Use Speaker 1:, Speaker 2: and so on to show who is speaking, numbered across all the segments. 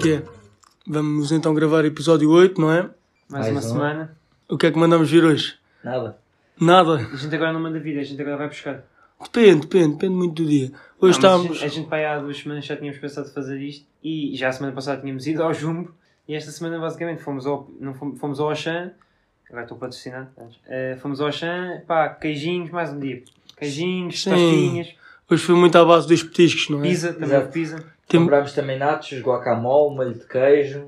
Speaker 1: que é? Vamos então gravar episódio 8, não é?
Speaker 2: Mais,
Speaker 3: Mais
Speaker 2: uma
Speaker 3: um.
Speaker 2: semana.
Speaker 1: O que é que mandamos vir hoje?
Speaker 3: Nada.
Speaker 1: Nada.
Speaker 2: A gente agora não manda vida, a gente agora vai buscar.
Speaker 1: Depende, depende, depende muito do dia. Hoje
Speaker 2: Não,
Speaker 1: estamos.
Speaker 2: mas A gente, a gente, pá, há duas semanas já tínhamos pensado fazer isto e já a semana passada tínhamos ido ao Jumbo e esta semana basicamente fomos ao, não fomos, fomos ao Auchan, agora estou patrocinado, antes. Eh, fomos ao Auchan, pá, queijinhos, mais um dia. Queijinhos,
Speaker 1: Sim.
Speaker 2: pastinhas,
Speaker 1: Hoje foi muito à base dos petiscos, não é?
Speaker 2: pizza, também
Speaker 3: Exato.
Speaker 2: houve pizza.
Speaker 1: Tem- um-
Speaker 3: Comprámos também nachos, guacamole, molho de queijo.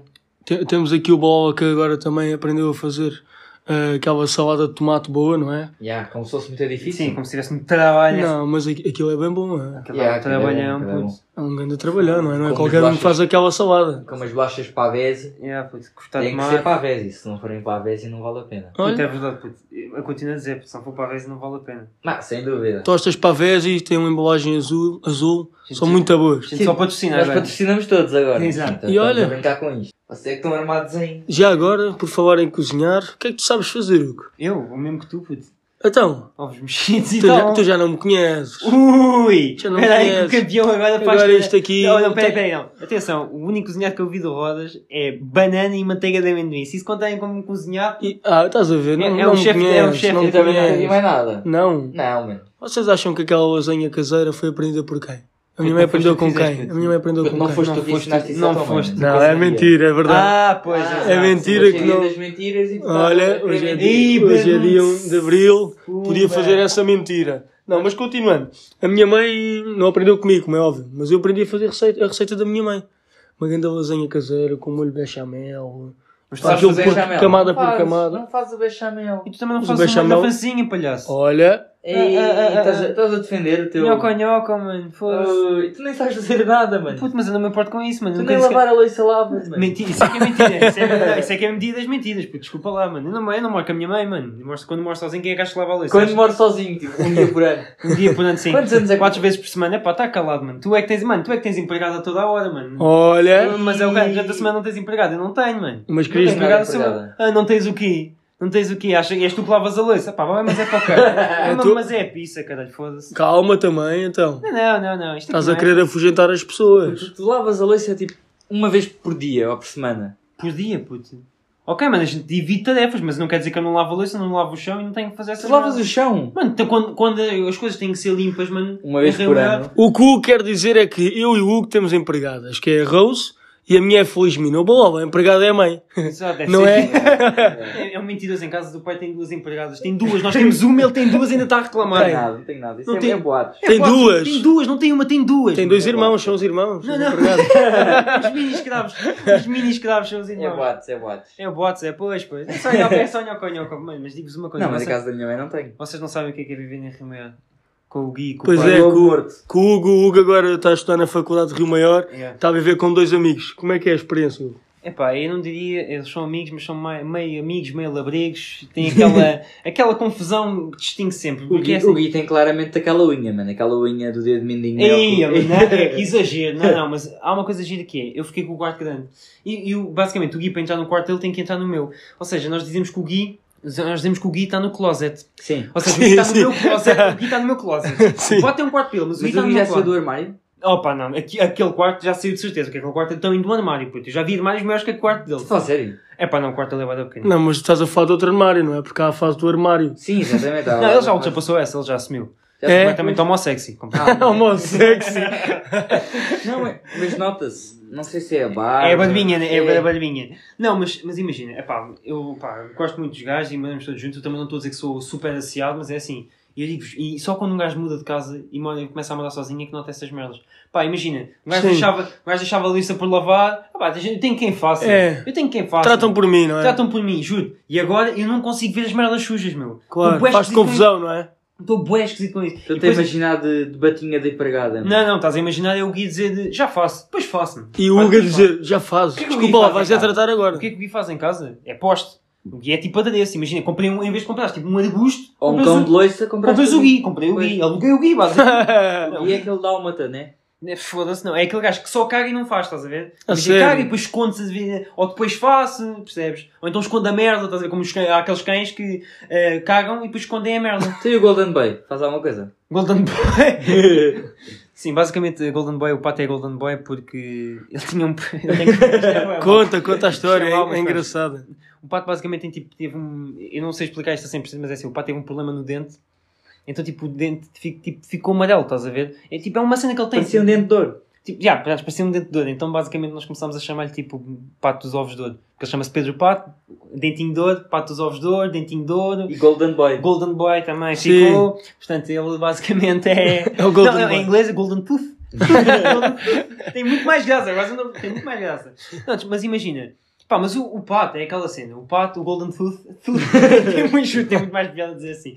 Speaker 1: Te- Temos aqui o Bola que agora também aprendeu a fazer ah, aquela salada de tomate boa, não é?
Speaker 3: Ya, como se fosse muito difícil.
Speaker 2: Sim, como se tivesse um trabalho.
Speaker 1: Não, mas aqui- aquilo é bem bom, não é?
Speaker 2: Aquele
Speaker 3: Ya, aquilo é bom,
Speaker 2: trabalhão,
Speaker 3: aquilo é
Speaker 2: putz.
Speaker 1: É um grande trabalhar, não é? Não é
Speaker 3: Como
Speaker 1: qualquer um que
Speaker 3: bolachas.
Speaker 1: faz aquela salada.
Speaker 3: Com umas bolachas pavese.
Speaker 2: Ya, putz,
Speaker 1: Tá
Speaker 2: cortar
Speaker 3: é Tem que ser
Speaker 2: tomate.
Speaker 3: pavese. Se não forem pavese, não vale a pena.
Speaker 2: Puta,
Speaker 1: Olha,
Speaker 2: é verdade, putz. Eu continuo a dizer, putz, se não for para a vez não vale a pena.
Speaker 3: Mas, sem dúvida.
Speaker 1: tostas pavés e têm uma embalagem azul, azul
Speaker 2: Gente,
Speaker 1: são muito
Speaker 2: A
Speaker 1: boas.
Speaker 2: gente
Speaker 3: Sim,
Speaker 2: só patrocina
Speaker 3: Nós
Speaker 2: agora.
Speaker 3: patrocinamos todos agora.
Speaker 2: Exato.
Speaker 1: Ah,
Speaker 3: Então,
Speaker 1: E
Speaker 3: estamos
Speaker 1: olha-
Speaker 3: a brincar com isto. Vocês é que estão armados em...
Speaker 1: Já agora, por falar em cozinhar, o que é que tu sabes fazer, Hugo?
Speaker 2: Eu, o mesmo que tu, putz.
Speaker 1: Então,
Speaker 2: Ovos mexidos e
Speaker 1: tu, já,
Speaker 2: tal.
Speaker 1: tu já não me conheces.
Speaker 2: Ui!
Speaker 1: Já não
Speaker 2: Peraí, que o
Speaker 1: conheces.
Speaker 2: campeão agora faz.
Speaker 1: Agora isto aqui-
Speaker 2: Não, não, peraí, peraí, não. Atenção, o único cozinhado que eu vi do Rodas é banana e manteiga de amendoim. Se isso contarem como cozinhar.
Speaker 1: E- ah, estás a ver? Não,
Speaker 2: É- é
Speaker 1: não
Speaker 2: um
Speaker 1: me
Speaker 2: chefe- é um
Speaker 1: conheces,
Speaker 2: chefe, é-
Speaker 1: não
Speaker 3: Eu
Speaker 1: me
Speaker 3: também não tenho
Speaker 1: conheces.
Speaker 3: mais nada.
Speaker 1: Não.
Speaker 3: Não, mano.
Speaker 1: Vocês acham que aquela lasanha caseira foi aprendida por quem? A minha
Speaker 2: Não
Speaker 1: mãe
Speaker 2: foste
Speaker 1: aprendeu
Speaker 2: tu que
Speaker 1: com
Speaker 2: fizeste,
Speaker 1: quem?
Speaker 2: tu.
Speaker 1: A minha mãe aprendeu
Speaker 3: Não
Speaker 1: com quem?
Speaker 3: foste
Speaker 2: Não
Speaker 3: tu que
Speaker 2: foste
Speaker 3: ensinaste
Speaker 2: tu-
Speaker 3: isso
Speaker 2: não
Speaker 3: à tua mãe.
Speaker 2: foste tu
Speaker 1: Não, é mentira, é verdade.
Speaker 2: Ah, pois
Speaker 3: Ah,
Speaker 2: exato.
Speaker 1: é mentira
Speaker 3: hoje
Speaker 1: que
Speaker 3: dia
Speaker 1: não-
Speaker 3: das mentiras e tu
Speaker 1: Olha,
Speaker 3: estás a
Speaker 1: hoje é
Speaker 3: mentir.
Speaker 1: dia,
Speaker 2: Ih,
Speaker 1: hoje é dia
Speaker 2: Bruno.
Speaker 1: 1 de Abril, podia
Speaker 2: Pumba.
Speaker 1: fazer essa mentira. Não, mas continuando. A minha mãe não aprendeu comigo, como é óbvio, mas eu aprendi a fazer receita- a receita da minha mãe. Uma grande lasanha caseira com molho bechamel,
Speaker 2: Mas tu
Speaker 1: Faz
Speaker 2: sabes
Speaker 1: aquilo
Speaker 2: fazer.
Speaker 3: fazer
Speaker 1: por
Speaker 3: bechamel?
Speaker 1: camada
Speaker 3: Não
Speaker 1: por
Speaker 3: fazes,
Speaker 1: camada.
Speaker 3: Não faz o bechamel.
Speaker 2: E tu também não
Speaker 1: Os
Speaker 2: fazes uma
Speaker 1: bechamel-
Speaker 2: garrafinha, palhaço.
Speaker 1: Olha,
Speaker 3: Ei,
Speaker 2: Ah, ah, ah,
Speaker 3: estás
Speaker 2: ah.
Speaker 3: a- estás a defender o teu...
Speaker 2: Nhoca, nhoca, mano. Foda-se.
Speaker 3: Ui, tu nem sabes fazer nada, mano.
Speaker 2: Puto, mas eu não me importo com isso, mano.
Speaker 3: Ah, tu
Speaker 2: Nunca
Speaker 3: nem
Speaker 2: disse que-
Speaker 3: lavar a louça lavas, mano.
Speaker 2: Mentira, isso é que é mentira. Isso é, verdade, isso é que é mentira das mentiras, puto. Desculpa lá, mano. Eu não, eu não moro com a minha mãe, mano. Eu moro- Quando moro sozinho, quem é que acha que lava a louça?
Speaker 3: Quando moro sozinho, tipo, um dia por ano.
Speaker 2: Um dia por ano, sim.
Speaker 3: Quantos anos é que-
Speaker 2: Quatro vezes por semana. Pá, tá calado, mano. Tu é que tens, mano, tu é que tens empregado a toda a hora, mano.
Speaker 1: olha.
Speaker 2: Mas é o gajo, durante a semana não tens empregado. Eu não tenho, mano.
Speaker 1: Mas
Speaker 2: Não
Speaker 1: querias
Speaker 2: tenho empregado a
Speaker 3: nada é empregado.
Speaker 2: semana. Ah, não tens o quê? Não tens o quê? Acha, és tu que lavas a louça? Pá, vai, mas é para o cara.
Speaker 1: tu-
Speaker 2: Mas é a pizza, caralho, foda-se.
Speaker 1: Calma também, então.
Speaker 2: Não, não, não, não. Isto
Speaker 1: Estás
Speaker 2: não
Speaker 1: a
Speaker 2: é-
Speaker 1: querer afugentar as pessoas.
Speaker 3: Tu, tu lavas a louça tipo uma vez por dia ou por semana.
Speaker 2: Por dia, puto. Ok, mano, a gente divide tarefas, mas não quer dizer que eu não lavo a louça, não lavo o chão e não tenho que fazer essa
Speaker 3: Tu lavas
Speaker 2: merda.
Speaker 3: o chão
Speaker 2: Mano, então, quando, quando as coisas têm que ser limpas, mano.
Speaker 3: uma vez
Speaker 2: na
Speaker 3: por
Speaker 2: realidade-
Speaker 3: ano.
Speaker 1: O que o Hugo quer dizer é que eu e o Hugo temos empregadas, que é a Rose e a minha é a Felizmina. O Balola, a empregada é a mãe.
Speaker 2: Exato, deve
Speaker 1: Não
Speaker 2: ser.
Speaker 1: é?
Speaker 2: É, é um mentiroso em casa do pai tem duas empregadas. Tem duas, nós temos uma, ele tem duas e ainda está a
Speaker 3: Não
Speaker 2: reclamar.
Speaker 3: tem nada, não tem nada. Isso
Speaker 2: Não
Speaker 3: é,
Speaker 2: tem-
Speaker 3: é boatos.
Speaker 2: É
Speaker 1: Tem
Speaker 2: quatro,
Speaker 1: duas.
Speaker 2: Tem duas, não tem uma, tem duas.
Speaker 1: Tem dois irmãos, são os irmãos.
Speaker 2: Não,
Speaker 1: os
Speaker 2: não.
Speaker 1: empregados.
Speaker 2: Os mini escravos. Os mini escravos são os
Speaker 3: É
Speaker 2: irmãos.
Speaker 3: boatos, é boatos.
Speaker 2: É o bots, é pois, pois. É só nhoca, é só nhoca, nhoca. Mano, mas digo-vos uma coisa.
Speaker 3: Não, mas é a
Speaker 2: vocês,
Speaker 3: casa da minha mãe não tem.
Speaker 2: vocês não sabem o que é, que é viver em Rio Maior. Com o Gui, com
Speaker 1: Pois
Speaker 2: o
Speaker 1: é,
Speaker 2: pai.
Speaker 3: Olha,
Speaker 1: com-
Speaker 3: morto.
Speaker 1: Com o Hugo, o Hugo agora está a estudar na Faculdade de Rio Maior,
Speaker 2: Yeah.
Speaker 1: está a viver com dois amigos. Como é que é a experiência? Hugo?
Speaker 2: É. Epá, eu não diria, eles são amigos, mas são mai- meio amigos, meio labregos, tem aquela, aquela confusão que distingue sempre.
Speaker 3: O
Speaker 2: Porque é
Speaker 3: Gui,
Speaker 2: assim,
Speaker 3: o Gui tem claramente aquela unha, mano. Aquela unha do dedo mindinho.
Speaker 2: Ei,
Speaker 3: maior que
Speaker 2: mas
Speaker 3: o-
Speaker 2: não, é que exagero, não, não, mas há uma coisa gira que é, eu fiquei com o quarto grande. E, e o- basicamente, o Gui para entrar no quarto dele tem que entrar no meu. Ou seja, nós dizemos que o Gui, nós dizemos que o Gui está no closet.
Speaker 3: Sim.
Speaker 2: Ou seja, o Gui está no
Speaker 1: Sim,
Speaker 2: meu
Speaker 1: sim.
Speaker 2: closet, o Gui está no meu closet.
Speaker 1: Sim.
Speaker 2: Pode ter um quarto dele, mas o Gui
Speaker 3: Mas
Speaker 2: está
Speaker 3: o
Speaker 2: no
Speaker 3: Gui tá já
Speaker 2: meu
Speaker 3: saiu do
Speaker 2: closet.
Speaker 3: armário?
Speaker 2: Opa, não, aqui- aquele quarto já saiu de certeza, que aquele quarto é tão indo do armário, puto. Eu já vi armários maiores que o quarto
Speaker 3: Estou
Speaker 2: dele.
Speaker 3: a falar sério?
Speaker 2: É pá, não, o quarto dele é bué da pequeno.
Speaker 1: Não, mas estás a falar de outro armário, não é? Porque há a fase do armário.
Speaker 3: Sim, exatamente.
Speaker 2: Não, ele já ultrapassou essa, ele já assumiu.
Speaker 1: É.
Speaker 2: Completamente homossexy. completamente.
Speaker 3: Ah, não,
Speaker 1: Homossexy.
Speaker 3: não, é- mas nota-se. Não sei se é a barba.
Speaker 1: Ah,
Speaker 2: É a barbinha, né? é a
Speaker 3: barba.
Speaker 2: barbinha. Não, mas, mas imagina, epá, eu pá, gosto muito dos gajos e mandamos todos juntos. Eu também não estou a dizer que sou super assiado, mas é assim. Eu digo e só quando um gajo muda de casa e mora- começa a morar sozinho é que nota essas merdas. Pá, imagina, um gajo,
Speaker 1: Sim.
Speaker 2: deixava, um gajo deixava a lista por lavar. Ah, pá, tem gente- eu tenho quem faça.
Speaker 1: É.
Speaker 2: Eu tenho quem faça.
Speaker 1: Tratam por mim, não é?
Speaker 2: Tratam por mim, juro. E agora eu não consigo ver as merdas sujas, meu.
Speaker 1: Claro,
Speaker 2: Tô bué
Speaker 1: faz-te
Speaker 2: esquisito com
Speaker 1: confusão, não é?
Speaker 2: isso. Estou bué esquisito com isso. E
Speaker 3: Estou a
Speaker 2: depois-
Speaker 3: imaginar de, de batinha de empregada. né? mano.
Speaker 2: Não, não, estás a imaginar eu o Gui dizer de, já faço, depois faço-me.
Speaker 1: E o
Speaker 2: Pá,
Speaker 1: Hugo a
Speaker 2: depois faço.
Speaker 1: dizer, já faz.
Speaker 2: que é que o Hugo
Speaker 1: Desculpa lá,
Speaker 2: faz
Speaker 1: vais
Speaker 2: em
Speaker 1: a
Speaker 2: casa?
Speaker 1: tratar agora.
Speaker 2: O que é que o Gui faz em casa? É posto. O Gui é tipo adereço. Imagina, comprei um, em vez de comprar tipo um arbusto,
Speaker 3: Ou um
Speaker 2: compras
Speaker 3: cão
Speaker 2: o-
Speaker 3: de loiça, compraste
Speaker 2: compras o Gui. Comprei o Gui,
Speaker 3: Pois.
Speaker 2: aluguei o Gui, basicamente. Não,
Speaker 3: E é aquele dálmata, né?
Speaker 2: é- Foda-se, não. É aquele gajo que só caga e não faz, estás a ver?
Speaker 1: A
Speaker 2: Mas
Speaker 1: sério?
Speaker 2: caga e depois esconde-se, a vida, ou depois faço, percebes? Ou então esconde a merda, estás a ver? Como os cães- há aqueles cães que eh, cagam e depois escondem a merda.
Speaker 3: Tem o Golden Bay, faz alguma coisa.
Speaker 2: Golden Boy. Sim, basicamente a Golden Boy, o pato é Golden Boy porque ele tinha um. ele tem-
Speaker 1: Conta, conta a história,
Speaker 2: Isto é mau,
Speaker 1: é,
Speaker 2: mas
Speaker 1: é engraçada.
Speaker 2: O pato basicamente tem, tipo, teve um. Eu não sei explicar isto a 100%, mas é assim: o pato teve um problema no dente, então tipo, o dente fi- tipo, ficou amarelo, estás a ver? É, tipo, é uma cena que ele tem.
Speaker 3: Parecia um dente de ouro.
Speaker 2: Tipo, já, yeah, parecia um dente de ouro. Então, basicamente, nós começámos a chamar-lhe tipo pato dos ovos de ouro. Porque ele chama-se Pedro Pato, dentinho de ouro, pato dos ovos de ouro, dentinho de ouro.
Speaker 3: E Golden Boy.
Speaker 2: Golden Boy também
Speaker 1: Sim.
Speaker 2: ficou. Portanto, ele basicamente é.
Speaker 1: É o Golden
Speaker 2: não,
Speaker 1: Boy.
Speaker 2: Em inglês é Golden Poof. Golden Poof. tem muito mais graça, agora não- tem muito mais graça. Não, tipo, mas imagina. Pá, mas o, o pato é aquela cena. O pato, o Golden Tooth, tudo. tem muito chute, tem muito mais piada a dizer assim.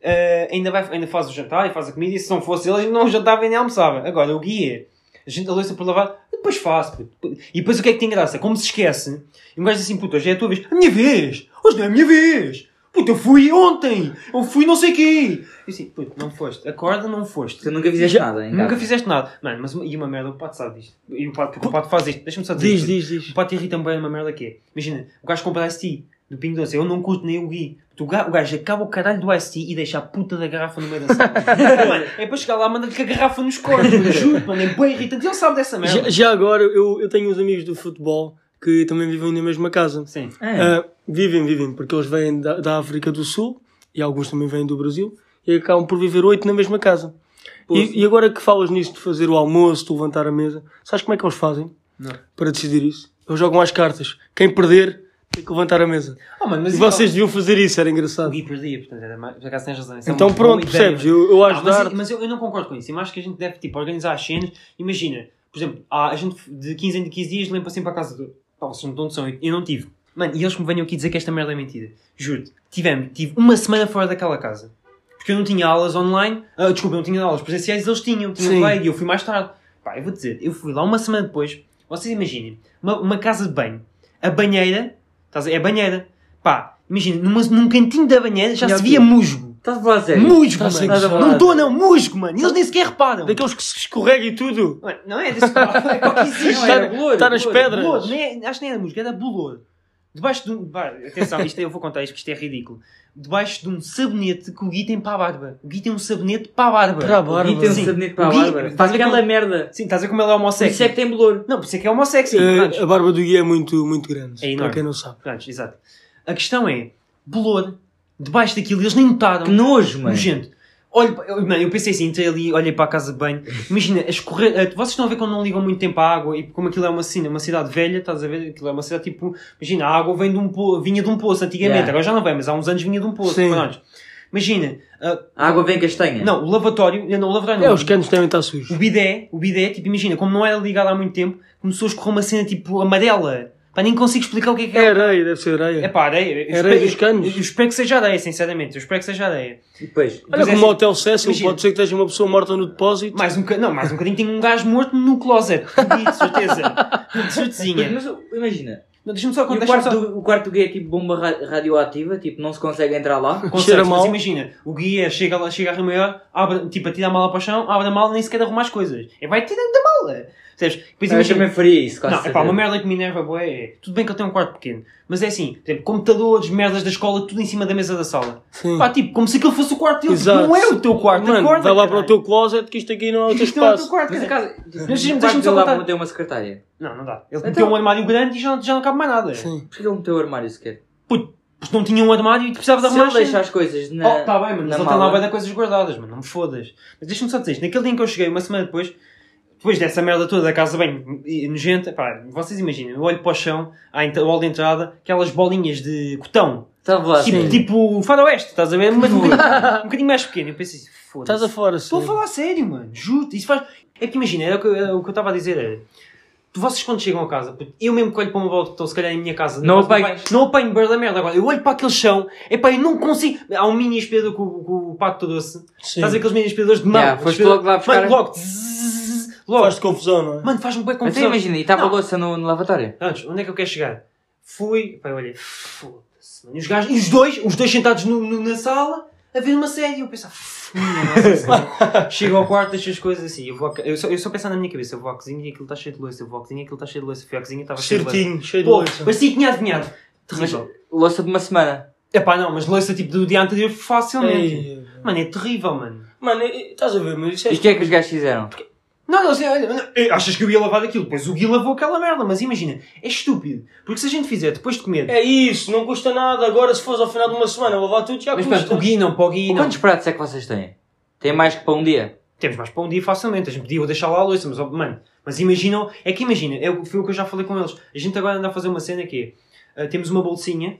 Speaker 2: Eh, ainda, vai, ainda faz o jantar e faz a comida, e se não fosse ele, não jantava e nem almoçava. Agora, o guia, a gente aluça por lavar, depois faz. puto. E depois o que é que tem graça? Como se esquece, e um gajo diz assim, puto, hoje é a tua vez. A minha vez! Hoje não é a minha vez! Puto, eu fui ontem! Eu fui não sei quê! E assim, puto, não foste. Acorda, não foste.
Speaker 3: Tu nunca fizeste
Speaker 2: Já-
Speaker 3: nada, hein?
Speaker 2: Nunca
Speaker 3: cara?
Speaker 2: fizeste nada. Mano, mas uma- e uma merda, o pato sabe disto. E o pato, porque o pato faz isto. Deixa-me só dizer
Speaker 1: Diz,
Speaker 2: isto.
Speaker 1: diz, diz.
Speaker 2: O pato irrita-me bem uma merda que é. Imagina, o gajo compra Ice-T do Ping Doce. Eu não curto nem o Gui. O ga- o gajo acaba o caralho do Ice-T e deixa a puta da garrafa no meio da sala. Mano, é para chegar lá, manda-lhe com a garrafa nos corpos. mano. Juro, mano, é bem irritante. Ele sabe dessa merda.
Speaker 1: Já, já agora, eu, eu tenho uns amigos do futebol que também vivem na mesma casa.
Speaker 2: Sim.
Speaker 3: Ah,
Speaker 1: Ah, vivem, vivem, porque eles vêm da, da África do Sul e alguns também vêm do Brasil e acabam por viver oito na mesma casa. E, e agora que falas nisto de fazer o almoço, de levantar a mesa, sabes como é que eles fazem
Speaker 2: Não.
Speaker 1: para decidir isso? Eles jogam às cartas. Quem perder tem que levantar a mesa.
Speaker 2: Oh, mano, mas
Speaker 1: E
Speaker 2: isso-
Speaker 1: vocês deviam fazer isso, era
Speaker 2: O
Speaker 1: engraçado.
Speaker 2: Gui perdia, portanto, era mais... por acaso tens razão. isso é
Speaker 1: Então
Speaker 2: uma
Speaker 1: pronto,
Speaker 2: boa ideia.
Speaker 1: percebes? Eu, eu
Speaker 2: Ah, mas-
Speaker 1: ajudar.
Speaker 2: mas eu, eu não concordo com isso. Eu acho que a gente deve tipo, organizar as cenas. Imagina, por exemplo, há- a gente de 15 em 15 dias limpa sempre a casa do. Pá, vocês não estão noção, eu- eu não tive. Mano, e eles que me venham aqui dizer que esta merda é mentira. Juro-te, tivemos, tive uma semana fora daquela casa. Porque eu não tinha aulas online, ah, desculpa, eu não tinha aulas presenciais, eles tinham, tinham
Speaker 1: Sim.
Speaker 2: colega e eu fui mais tarde. Pá, eu vou dizer, eu fui lá uma semana depois, vocês imaginem, uma, uma casa de banho, a banheira, estás a- é a banheira, pá, imagina, numa- num cantinho da banheira já
Speaker 3: Já
Speaker 2: se via
Speaker 3: vi.
Speaker 2: musgo.
Speaker 3: Estás a falar a sério?
Speaker 2: Musgo,
Speaker 1: Tá
Speaker 2: mano.
Speaker 1: sem
Speaker 3: noção.
Speaker 2: Não dou, não, musgo, mano. Eles nem sequer reparam.
Speaker 1: Daqueles que se escorrega e tudo.
Speaker 2: Mano, não é desse papo, é qualquer existe.
Speaker 3: Não,
Speaker 1: Está-
Speaker 3: era bolor,
Speaker 1: está nas
Speaker 3: bolor.
Speaker 1: pedras.
Speaker 2: Bolor, nem é- acho que nem era musgo, era bolor. Debaixo de um. vá, Atenção, isto é- eu vou contar isto, que isto é ridículo. Debaixo de um sabonete que o Gui tem para a barba. O Gui tem um sabonete para a barba.
Speaker 1: Para a
Speaker 3: O
Speaker 1: barba.
Speaker 3: Gui tem um
Speaker 2: Sim.
Speaker 3: sabonete para a
Speaker 2: O Gui- é
Speaker 3: barba.
Speaker 2: faz
Speaker 3: Faz
Speaker 2: aquela
Speaker 3: aquela merda.
Speaker 2: Sim, estás a ver como ele é
Speaker 3: Por
Speaker 2: homossexual.
Speaker 3: isso é que tem bolor.
Speaker 2: Não, por isso é que é homossexual.
Speaker 1: Eh,
Speaker 2: Pronto,
Speaker 1: a barba do Gui é muito, muito grande.
Speaker 2: É
Speaker 1: para
Speaker 2: enorme.
Speaker 1: quem não sabe.
Speaker 2: pronto, exato. A questão é, bolor, debaixo daquilo, eles nem notaram.
Speaker 3: Que nojo, mano.
Speaker 2: Nojento. Olho, eu, mano, eu pensei assim, entrei ali, olhei para a casa de banho. Imagina, a escorrer. a- vocês estão a ver quando não ligam muito tempo à água e como aquilo é uma, cena, uma cidade velha, estás a ver? Aquilo é uma cidade tipo. Imagina, a água vem de um po- vinha de um poço antigamente,
Speaker 3: Yeah.
Speaker 2: agora já não vem, mas há uns anos vinha de um poço.
Speaker 1: Sim.
Speaker 2: pronto. Imagina, ah,
Speaker 3: A água vem castanha.
Speaker 2: não, o lavatório, não, o lavatório
Speaker 1: É,
Speaker 2: não,
Speaker 1: os canos devem estar sujos.
Speaker 2: o bidé, o bidé, tipo, imagina, como não era ligado há muito tempo, começou a escorrer uma cena tipo amarela. Pá, nem consigo explicar o que é que
Speaker 1: É
Speaker 2: é.
Speaker 1: areia, deve ser areia.
Speaker 2: É pá, areia. Eu
Speaker 1: Areia
Speaker 2: espero-
Speaker 1: dos canos.
Speaker 2: Eu espero que seja areia, sinceramente, eu espero que seja areia.
Speaker 3: E depois?
Speaker 1: Olha,
Speaker 2: Mas é
Speaker 1: como o
Speaker 2: assim-
Speaker 1: Hotel Cecil,
Speaker 2: Imagina.
Speaker 1: pode ser que esteja uma pessoa morta no depósito.
Speaker 2: Mais um, boca- não, mais um bocadinho tem um gajo morto no closet. De certeza. De certezinha.
Speaker 3: Mas o- imagina.
Speaker 2: Não, Deixa-me só
Speaker 3: E o
Speaker 2: contar.
Speaker 3: quarto,
Speaker 2: Só...
Speaker 3: do, o quarto do gay é tipo bomba ra- radioativa, tipo, não se consegue entrar lá.
Speaker 2: Consegues,
Speaker 1: cheira
Speaker 2: mas
Speaker 1: mal.
Speaker 2: imagina, o guia chega lá, chega a Rio Maior, abre, tipo, atira a mala para o chão, abre a mala nem sequer arruma as coisas. É vai tirando da mala. Percebes? Depois
Speaker 3: Eu
Speaker 2: imagina.
Speaker 3: também faria isso,
Speaker 2: Não,
Speaker 3: quase
Speaker 2: é pá, uma
Speaker 3: certeza.
Speaker 2: merda que me enerva, boé, é. Tudo bem que eu tenho um quarto pequeno, mas é assim, por exemplo, computadores, merdas da escola, tudo em cima da mesa da sala.
Speaker 1: Sim.
Speaker 2: Pá, tipo, como se aquilo fosse o quarto dele.
Speaker 1: Exato.
Speaker 2: Não é o teu quarto,
Speaker 1: Mano,
Speaker 2: acorda,
Speaker 1: vai lá
Speaker 2: caralho.
Speaker 1: para o teu closet que isto aqui não é o teu
Speaker 2: Isto não é o teu
Speaker 1: espaço.
Speaker 2: quarto,
Speaker 3: Mas
Speaker 2: caralho.
Speaker 3: acaso,
Speaker 2: deixa-me
Speaker 3: no quarto
Speaker 2: só
Speaker 3: dele
Speaker 2: contar.
Speaker 3: lá meteu uma secretária.
Speaker 2: Não, não dá. Ele
Speaker 3: Então-
Speaker 2: meteu um armário grande e já, já não cabe mais nada.
Speaker 1: Sim.
Speaker 3: Porquê ele meteu o armário sequer?
Speaker 2: Porque não tinha um armário e precisava de
Speaker 3: Se
Speaker 2: arrumar
Speaker 3: ele
Speaker 2: as cenas.
Speaker 3: deixa as coisas na.
Speaker 2: Oh, tá bem, mano, mas
Speaker 3: na
Speaker 2: ele tem lá
Speaker 3: mala.
Speaker 2: bem de coisas guardadas, mano, não me fodas. Mas deixa-me só dizer isto, naquele dia em que eu cheguei, uma semana depois, depois dessa merda toda da casa bem e- nojenta, pá, vocês imaginem, eu olho para o chão, à entra- ao hall de entrada, aquelas bolinhas de cotão,
Speaker 3: Estava lá.
Speaker 2: tipo,
Speaker 3: Tá sim.
Speaker 2: tipo faroeste, estás a ver? Mas um
Speaker 3: Que
Speaker 2: bocadinho, um bocadinho mais pequeno, eu pensei assim,
Speaker 1: Estás
Speaker 2: foda-se.
Speaker 1: afora, sim.
Speaker 2: Estou a falar sério, mano, juro, isso faz... É que imagina, era o que, eu- era o que eu estava a dizer, era... Vocês quando chegam a casa, puto, eu mesmo que olho para uma bola de botão, se calhar em minha casa,
Speaker 3: Não
Speaker 2: na casa do
Speaker 3: apanhas.
Speaker 2: pai, não apanho bird da merda agora. Eu olho para aquele chão, epá, eu não consigo. Há um mini aspirador com, com o pato doce.
Speaker 1: Sim.
Speaker 2: Estás a ver aqueles mini aspiradores de mão?
Speaker 3: Yeah, foste
Speaker 2: Aspirador-
Speaker 3: logo lá buscar-
Speaker 2: Mano, logo. Zzzz, logo.
Speaker 1: Faz-te confusão, não é?
Speaker 2: Mano, faz-me bem
Speaker 3: Mas tu
Speaker 2: confusão.
Speaker 3: imagina, e estava a
Speaker 2: Não.
Speaker 3: louça no, no lavatório.
Speaker 2: Antes, onde é que eu quero chegar? Fui, pá, eu olhei, foda-se, mano. E os gajos, e os dois, os dois sentados no- no- na sala, a ver uma série. Eu pensava, minha nossa senhora. Chego ao quarto, deixo as coisas assim. Eu, vou à ca- eu, só, eu só pensava na minha cabeça, eu vou à cozinha e aquilo está cheio de louça, eu vou à cozinha e aquilo está cheio de louça. Fui à cozinha e estava cheio de louça.
Speaker 1: Certinho, cheio de
Speaker 2: Pô,
Speaker 1: louça.
Speaker 2: parecia que tinha adivinhado. Terrível.
Speaker 3: Louça de uma semana.
Speaker 2: Epá, não, mas lança tipo do dia anterior facilmente.
Speaker 1: Ei,
Speaker 2: Mano, é terrível, mano.
Speaker 1: Mano, e- e- estás a ver, mas isso é...
Speaker 3: E o que é que os gajos fizeram?
Speaker 2: Não, não, sei, olha, não, eh, achas que eu ia lavar daquilo? Pois o Gui lavou aquela merda, mas imagina, é estúpido. Porque se a gente fizer depois de comer.
Speaker 1: É isso, não custa nada. Agora, se fores ao final de uma semana, lavar tudo já
Speaker 2: mas
Speaker 1: custa.
Speaker 2: pronto, o Gui é não, para o Gui não.
Speaker 3: Quantos pratos é que vocês têm? Tem mais que para um dia?
Speaker 2: Temos mais para um dia facilmente, a gente podia deixar lá a louça, mas, oh, mano, mas imaginam, é que imagina, é, o- foi o que eu já falei com eles. A gente agora anda a fazer uma cena que é, ah, temos uma bolsinha,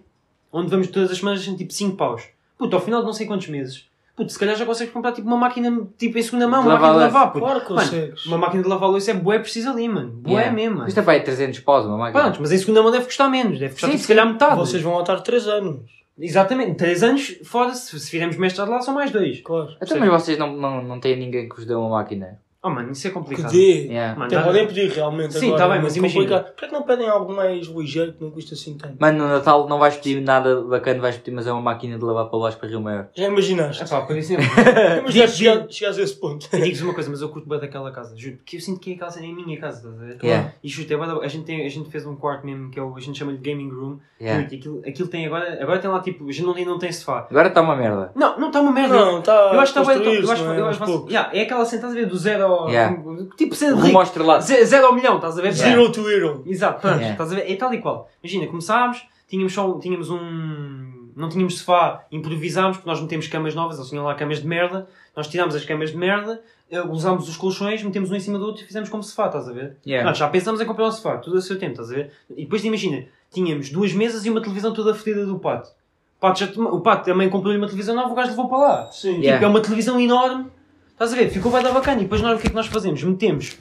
Speaker 2: onde vamos todas as semanas, tipo 5 paus. Puto, ao final de não sei quantos meses, puto, se calhar já consegues comprar tipo uma máquina, tipo em segunda mão, uma
Speaker 3: Lavar
Speaker 2: máquina de
Speaker 3: louça.
Speaker 2: lavar, puto.
Speaker 1: Claro que
Speaker 2: Mano,
Speaker 1: consegues.
Speaker 2: Uma máquina de lavar louça é bué precisa ali, mano. Bué
Speaker 3: Yeah.
Speaker 2: mesmo, mano.
Speaker 3: Isto é para aí 300 paus, uma máquina.
Speaker 2: Pronto, mas em segunda mão deve custar menos, deve custar
Speaker 3: Sim,
Speaker 2: tipo, se calhar metade.
Speaker 1: Vocês vão atar 3 anos.
Speaker 2: Exatamente, 3 anos, foda-se, se fizermos mestrado lá são mais dois
Speaker 1: Claro.
Speaker 3: Até Então, mas vocês não, não, não têm ninguém que vos dê uma máquina.
Speaker 2: Oh mano, isso é
Speaker 1: Que
Speaker 2: complicado.
Speaker 1: dê.
Speaker 3: Yeah.
Speaker 2: Mano,
Speaker 1: Até
Speaker 2: dá-
Speaker 1: podem pedir realmente
Speaker 2: Sim,
Speaker 1: agora.
Speaker 2: tá bem, mas
Speaker 1: é muito
Speaker 2: imagina.
Speaker 1: complicado. Por que não pedem algo mais ligeiro que não custa assim tanto?
Speaker 3: Mano, no Natal não vais pedir nada bacana, vais pedir, mas é uma máquina de lavar para baixo para Rio Maior.
Speaker 1: Já imaginaste?
Speaker 2: É pá, por isso
Speaker 1: Imaginaste chegar- chegares a esse ponto.
Speaker 2: Eu digo-vos uma coisa, mas eu curto bem daquela casa, juro, porque eu sinto que é a casa é a minha casa, estás a ver?
Speaker 3: Yeah.
Speaker 2: E juro, é bué da- a gente, tem, a gente fez um quarto mesmo que é o, a gente chama de gaming room,
Speaker 3: Yeah.
Speaker 2: juro, e aquilo, aquilo tem agora, agora tem lá tipo, a gente não, tem- não tem sofá.
Speaker 3: Agora está uma merda.
Speaker 2: Não, não está uma merda.
Speaker 1: Não, tá está.
Speaker 2: eu acho que está bem, eu acho, eu acho
Speaker 1: que
Speaker 2: yeah, é aquela sentada a ver do zero ao.
Speaker 3: Yeah.
Speaker 2: Tipo cena de rico,
Speaker 3: Remostre lá.
Speaker 2: ze- zero ao milhão, estás a ver?
Speaker 3: Yeah.
Speaker 1: Zero to hero.
Speaker 2: Exato, pronto,
Speaker 3: Yeah.
Speaker 2: estás a ver? É tal e qual. Imagina, começámos, tínhamos só um- tínhamos um. Não tínhamos sofá, improvisámos, porque nós metemos camas novas, eles tinham lá camas de merda, nós tirámos as camas de merda, eh, usámos os colchões, metemos um em cima do outro e fizemos como sofá, estás a ver?
Speaker 3: Yeah.
Speaker 2: Nós já pensámos em comprar um sofá, tudo a seu tempo, estás a ver? E depois imagina, tínhamos duas mesas e uma televisão toda fedida do pato. O pato, já, toma- o pato também comprou uma televisão nova, o gajo levou para lá.
Speaker 1: Sim.
Speaker 3: Yeah.
Speaker 2: Tipo, é uma televisão enorme. Estás a ver? Ficou bem da bacana. E depois nós o que é que nós fazemos? Metemos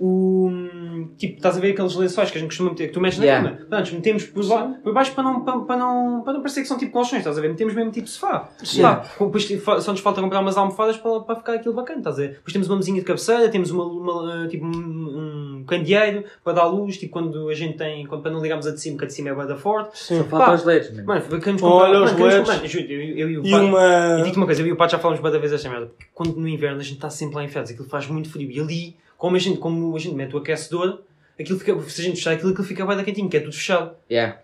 Speaker 2: o. Tipo, estás a ver aqueles lençóis que a gente costuma meter, que tu metes na
Speaker 3: Yeah.
Speaker 2: cama. Pronto, metemos por, ba por baixo para não, para, para não, para não parecer que são tipo colchões, estás a ver? Metemos mesmo tipo sofá.
Speaker 3: Yeah.
Speaker 2: Lá, com- depois te- fa- só nos falta comprar umas almofadas para, para ficar aquilo bacana, estás a ver? Depois temos uma mesinha de cabeceira, temos uma, uma, eh, tipo, um, um candeeiro para dar luz, tipo quando a gente tem. Quando, para não ligarmos a de cima, que a de cima é bué da forte.
Speaker 1: Sim.
Speaker 3: Falta os leitos, mano.
Speaker 2: Mano, queremos comprar.
Speaker 1: Olha os
Speaker 2: mano, queremos
Speaker 1: LEDs.
Speaker 2: comprar- Mano, juro, eu, eu e o
Speaker 1: E
Speaker 2: pai-
Speaker 3: um
Speaker 2: e
Speaker 1: uma.
Speaker 2: digo-te uma coisa, eu e o Pato já falámos bada vez esta merda. porque Quando no inverno a gente está sempre lá em férias, aquilo faz muito frio. E ali, como a gente, como a gente mete o aquecedor, aquilo fica, se a gente fechar aquilo, aquilo fica bada quentinho, que é tudo fechado.
Speaker 3: Yeah.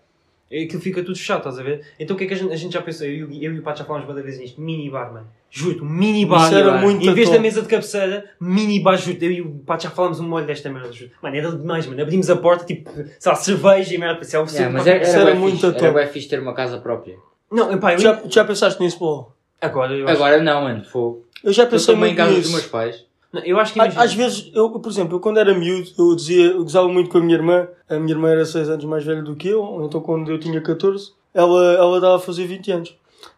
Speaker 2: Aquilo fica tudo fechado, estás a ver? Então o que é que a gente, a gente já pensou? Eu, e o Gui- eu e o Pato já falámos bada vez nisto. Minibar, mano. Juro, minibar.
Speaker 1: Isso era
Speaker 2: mano.
Speaker 1: muito
Speaker 2: Em vez
Speaker 1: top.
Speaker 2: da mesa de cabeceira, minibar, juro. Eu e o Pato já falámos um molho desta merda, juro. Mano, era demais, mano. Abrimos a porta, tipo, sei lá, cerveja e merda, parecia algo
Speaker 3: Yeah,
Speaker 2: yeah,
Speaker 3: mas
Speaker 2: é...
Speaker 3: era,
Speaker 1: Isso
Speaker 3: era,
Speaker 1: era
Speaker 3: bué
Speaker 1: muito
Speaker 3: fixe, era
Speaker 1: top.
Speaker 3: bué fixe ter uma casa própria.
Speaker 2: Não, epá, eu...
Speaker 1: Já, já pensaste nisso, Paulo?
Speaker 2: Agora, eu acho...
Speaker 3: Agora não, mano. Fogo.
Speaker 1: Eu já
Speaker 3: Eu
Speaker 1: pensei
Speaker 3: também em
Speaker 1: muito
Speaker 3: casa dos meus
Speaker 1: nisso.
Speaker 3: pais.
Speaker 2: Não, eu acho que
Speaker 1: Às
Speaker 2: imagina.
Speaker 1: Ah, às vezes, eu, por exemplo, eu quando era miúdo, eu dizia, eu gozava muito com a minha irmã. A minha irmã era 6 anos mais velha do que eu, ou então quando eu tinha 14, ela, ela dava a fazer 20 anos.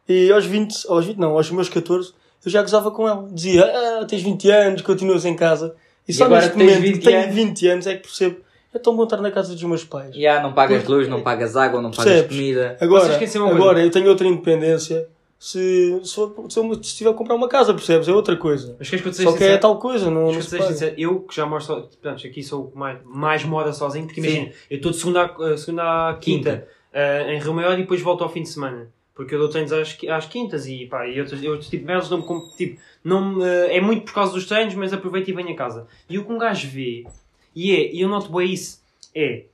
Speaker 1: E aos 20, aos 20 não, aos meus 14, eu já gozava com ela. Dizia, ah, tens 20 anos, continuas em casa. E só
Speaker 3: agora
Speaker 1: neste
Speaker 3: tens
Speaker 1: momento,
Speaker 3: 20
Speaker 1: que tenho
Speaker 3: anos. é-
Speaker 1: 20 anos, é que percebo, é tão bom estar na casa dos meus pais.
Speaker 3: Yeah, não pagas luz, não pagas água, não pagas
Speaker 1: Percebes? É
Speaker 3: comida.
Speaker 1: Agora,
Speaker 2: Vocês esqueceram uma
Speaker 1: agora eu tenho outra independência. Se, se, eu- se eu estiver a comprar uma casa, percebes? É outra coisa.
Speaker 2: Mas queres que eu te seja
Speaker 1: Só que é
Speaker 2: sincero?
Speaker 1: tal coisa, não, não
Speaker 2: Mas
Speaker 1: se
Speaker 2: eu,
Speaker 1: paga.
Speaker 2: sincero, eu que já moro só, portanto, aqui sou o que mais, mais mora sozinho, porque imagina, eu estou de segunda a, eh, segunda à quinta, eh, em Rio Maior e depois volto ao fim de semana. Porque eu dou treinos às, qui- às quintas e pá, e outros, e outros tipo de merdas não me com- tipo, não me, eh, é muito por causa dos treinos, mas aproveito e venho a casa. E o que um gajo vê, e é, e eu noto bem isso, é,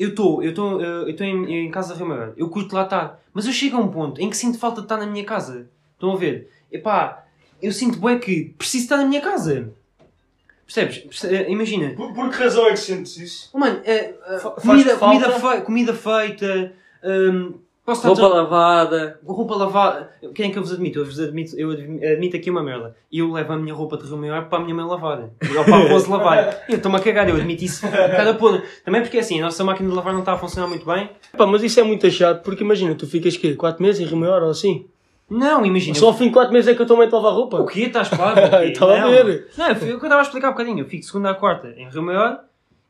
Speaker 2: eu estou eu estou eu estou em, em casa de Rio Maior, eu curto lá estar, mas eu chego a um ponto em que sinto falta de estar na minha casa. Estão a ver? Epá, eu sinto bem que preciso estar na minha casa. Percebes? Perce- eh, Imagina,
Speaker 1: Por, por que razão é que sentes isso?
Speaker 2: Mano, é, é,
Speaker 1: Fa- faz
Speaker 2: comida,
Speaker 1: falta?
Speaker 2: comida, fei- comida feita, hum, posso estar
Speaker 3: Roupa
Speaker 2: roupa,
Speaker 3: lavada.
Speaker 2: roupa lavada. Quem é que eu vos admito? Eu, vos admito, eu admi- admito aqui uma merda. Eu levo a minha roupa de Rio Maior para a minha mãe lavar. Ou para a Rose lavar. Eu estou-me a cagar, eu admito isso. Cada podre. Também porque assim, a nossa máquina de lavar não está a funcionar muito bem.
Speaker 1: Pá, mas isso é muito chato, porque imagina, tu ficas quê? 4 meses em Rio Maior ou assim?
Speaker 2: Não, imagina.
Speaker 1: Só ao fim de 4 meses é que eu também te lavo a roupa?
Speaker 2: O quê? Estás claro? O quê?
Speaker 1: Estava a
Speaker 2: Não.
Speaker 1: ver.
Speaker 2: Não, foi o que eu estava a explicar há bocadinho. Eu fico de segunda a quarta em Rio Maior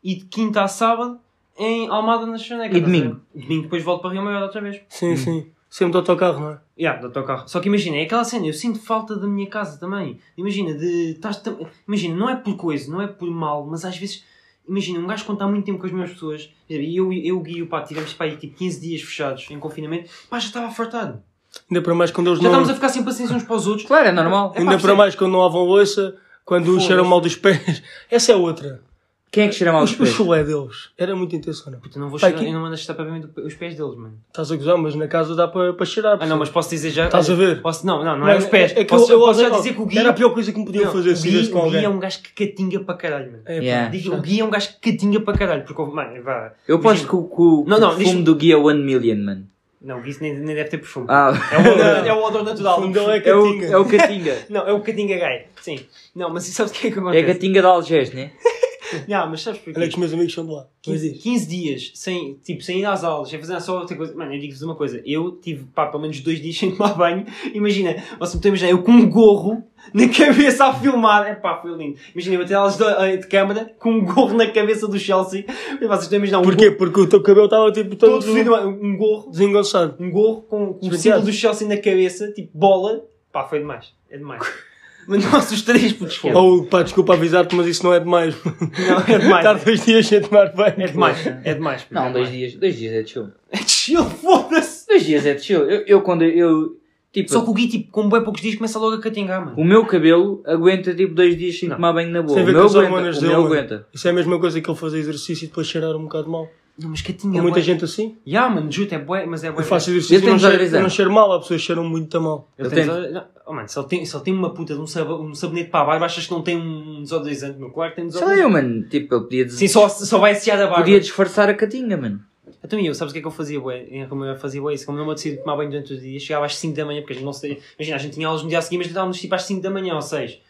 Speaker 2: e de quinta a sábado em Almada na Chaneca.
Speaker 3: E domingo?
Speaker 2: Domingo depois volto para Rio Maior outra vez.
Speaker 1: Sim, sim. Sempre de autocarro, não é?
Speaker 2: Yeah, do autocarro. Só que imagina, é aquela cena, eu sinto falta da minha casa também. Imagina, de. Estás, tam- imagina, não é por coisa, não é por mal, mas às vezes. Imagina, um gajo quando está muito tempo com as mesmas pessoas, e eu, eu Gui e o Pato tivemos pá, aí, tipo 15 dias fechados em confinamento, pá, já estava fartado.
Speaker 1: Ainda para mais quando eles
Speaker 2: Já
Speaker 1: não.
Speaker 2: estávamos a ficar sem paciência uns para os outros.
Speaker 3: Claro, é
Speaker 2: É
Speaker 3: normal.
Speaker 2: pá,
Speaker 1: Ainda para
Speaker 2: percebe?
Speaker 1: mais quando um não lavam louça, quando uns
Speaker 2: Foda-se.
Speaker 1: cheiram mal dos pés. Essa é outra.
Speaker 3: Quem é que cheira mal os
Speaker 1: Os- O
Speaker 3: pés?
Speaker 1: chulé deles era muito intenso ou não?
Speaker 2: Puta, não vou
Speaker 1: Pá,
Speaker 2: cheirar,
Speaker 1: aqui-
Speaker 2: eu não mando cheirar para mim do- os pés deles, mano.
Speaker 1: Estás a gozar, mas na casa dá para para cheirar.
Speaker 2: Ah, não, mas posso dizer já.
Speaker 1: Estás a ver?
Speaker 2: Posso, não, não, não é os pés.
Speaker 1: É que
Speaker 2: posso
Speaker 1: eu, eu
Speaker 2: posso já
Speaker 1: odeio-
Speaker 2: dizer que o Gui.
Speaker 1: Era a pior coisa que me podiam
Speaker 2: Não,
Speaker 1: fazer se
Speaker 2: o Gui,
Speaker 1: fizesse com
Speaker 2: o Gui
Speaker 1: alguém.
Speaker 2: é um gajo que catinga para caralho, mano.
Speaker 1: É, pá,
Speaker 3: Yeah.
Speaker 2: Digo, o Gui é um gajo que catinga para caralho, porque, houve- mano, vá.
Speaker 3: Eu posto que, o- que o
Speaker 2: Não, não,
Speaker 3: que o fumo
Speaker 2: diz-
Speaker 3: do guia é One Million, mano.
Speaker 2: Não, o Gui nem, nem deve ter perfume.
Speaker 3: Ah,
Speaker 2: É, o odor, é o odor natural.
Speaker 1: O
Speaker 2: do
Speaker 1: fundão
Speaker 2: perfume.
Speaker 3: é o,
Speaker 1: Catinga.
Speaker 3: é o Catinga.
Speaker 2: Não, é o catinga gay. Sim. Não, mas sabes o que é que
Speaker 3: É a
Speaker 2: acontece?
Speaker 3: Catinga de Algés, né?
Speaker 2: Não, mas sabes porquê?
Speaker 1: Olha que os meus amigos são de lá. Mas
Speaker 2: 15,
Speaker 1: diz.
Speaker 2: 15 dias sem, tipo, sem ir às aulas, sem fazer só outra coisa. Mano, eu digo-vos uma coisa. Eu tive, pá, pelo menos dois dias sem tomar banho. Imagina, você me tem a imaginar, eu com um gorro na cabeça a filmar. É pá, foi lindo. Imagina, eu até aulas de, eh, de câmara com um gorro na cabeça do Chelsea. E vocês estão a imaginar um
Speaker 1: Porquê?
Speaker 2: gorro
Speaker 1: Porque o teu cabelo estava tipo todo
Speaker 2: todo fodido, um gorro,
Speaker 1: desengonçado.
Speaker 2: um gorro com, com o
Speaker 1: Despenteado.
Speaker 2: símbolo do Chelsea na cabeça, tipo bola. Pá, foi demais. É demais. Mas nós os três, putos,
Speaker 3: é.
Speaker 2: foda.
Speaker 1: Ou, pá, desculpa avisar-te, mas isso não é demais.
Speaker 2: Não, é demais.
Speaker 1: Estar dois dias sem tomar banho.
Speaker 2: É demais, é demais. puto, é
Speaker 3: Não, dois
Speaker 2: demais.
Speaker 3: dias. Dois dias é de chill.
Speaker 2: Chill, foda-se.
Speaker 3: Dois dias é de chill. Eu, eu quando eu. Tipo,
Speaker 2: Só que o Gui, tipo, com bem poucos dias, começa logo a catingar, mano.
Speaker 3: o meu cabelo aguenta tipo dois dias sem
Speaker 2: Não.
Speaker 3: tomar banho na boa.
Speaker 1: Sem
Speaker 3: O
Speaker 1: ver
Speaker 3: meu
Speaker 1: com as
Speaker 3: aguenta.
Speaker 1: hormonas
Speaker 3: O
Speaker 1: dele,
Speaker 3: meu
Speaker 1: mano.
Speaker 3: aguenta.
Speaker 1: Isso é a mesma coisa que ele fazer exercício e depois cheirar um bocado mal.
Speaker 2: Não, mas
Speaker 1: Há
Speaker 2: catinga,
Speaker 1: muita gente assim.
Speaker 2: Ya, mano, juro, é bué, mas é bué.
Speaker 1: Eu faço
Speaker 3: Ele
Speaker 1: exercício e
Speaker 3: tem
Speaker 1: não cheiro,
Speaker 3: 16 anos.
Speaker 1: não cheiro mal. As pessoas cheiram muito a mal.
Speaker 2: Ele
Speaker 3: Eu
Speaker 2: tem...
Speaker 3: tenho-
Speaker 2: não, Oh, mano, se ele, tem, se ele tem uma puta de um, sab... um sabonete para a barba, achas que não tem um desodorizante? Meu claro que tem
Speaker 3: Sei lá
Speaker 2: desodorizante.
Speaker 3: eu, mano. Tipo, eu podia, des-
Speaker 2: Sim, só, só vai assear da barba.
Speaker 3: podia disfarçar a Catinga, mano.
Speaker 2: Então e eu, sabes o que é que eu fazia, bué? Em Roma eu fazia bué isso. Como não me decidi tomar banho durante o dia, chegava às 5 da manhã, porque a gente não sei... Imagina, a gente tinha aulas no dia a seguir, mas estávamos tipo às 5 da manhã ou 6.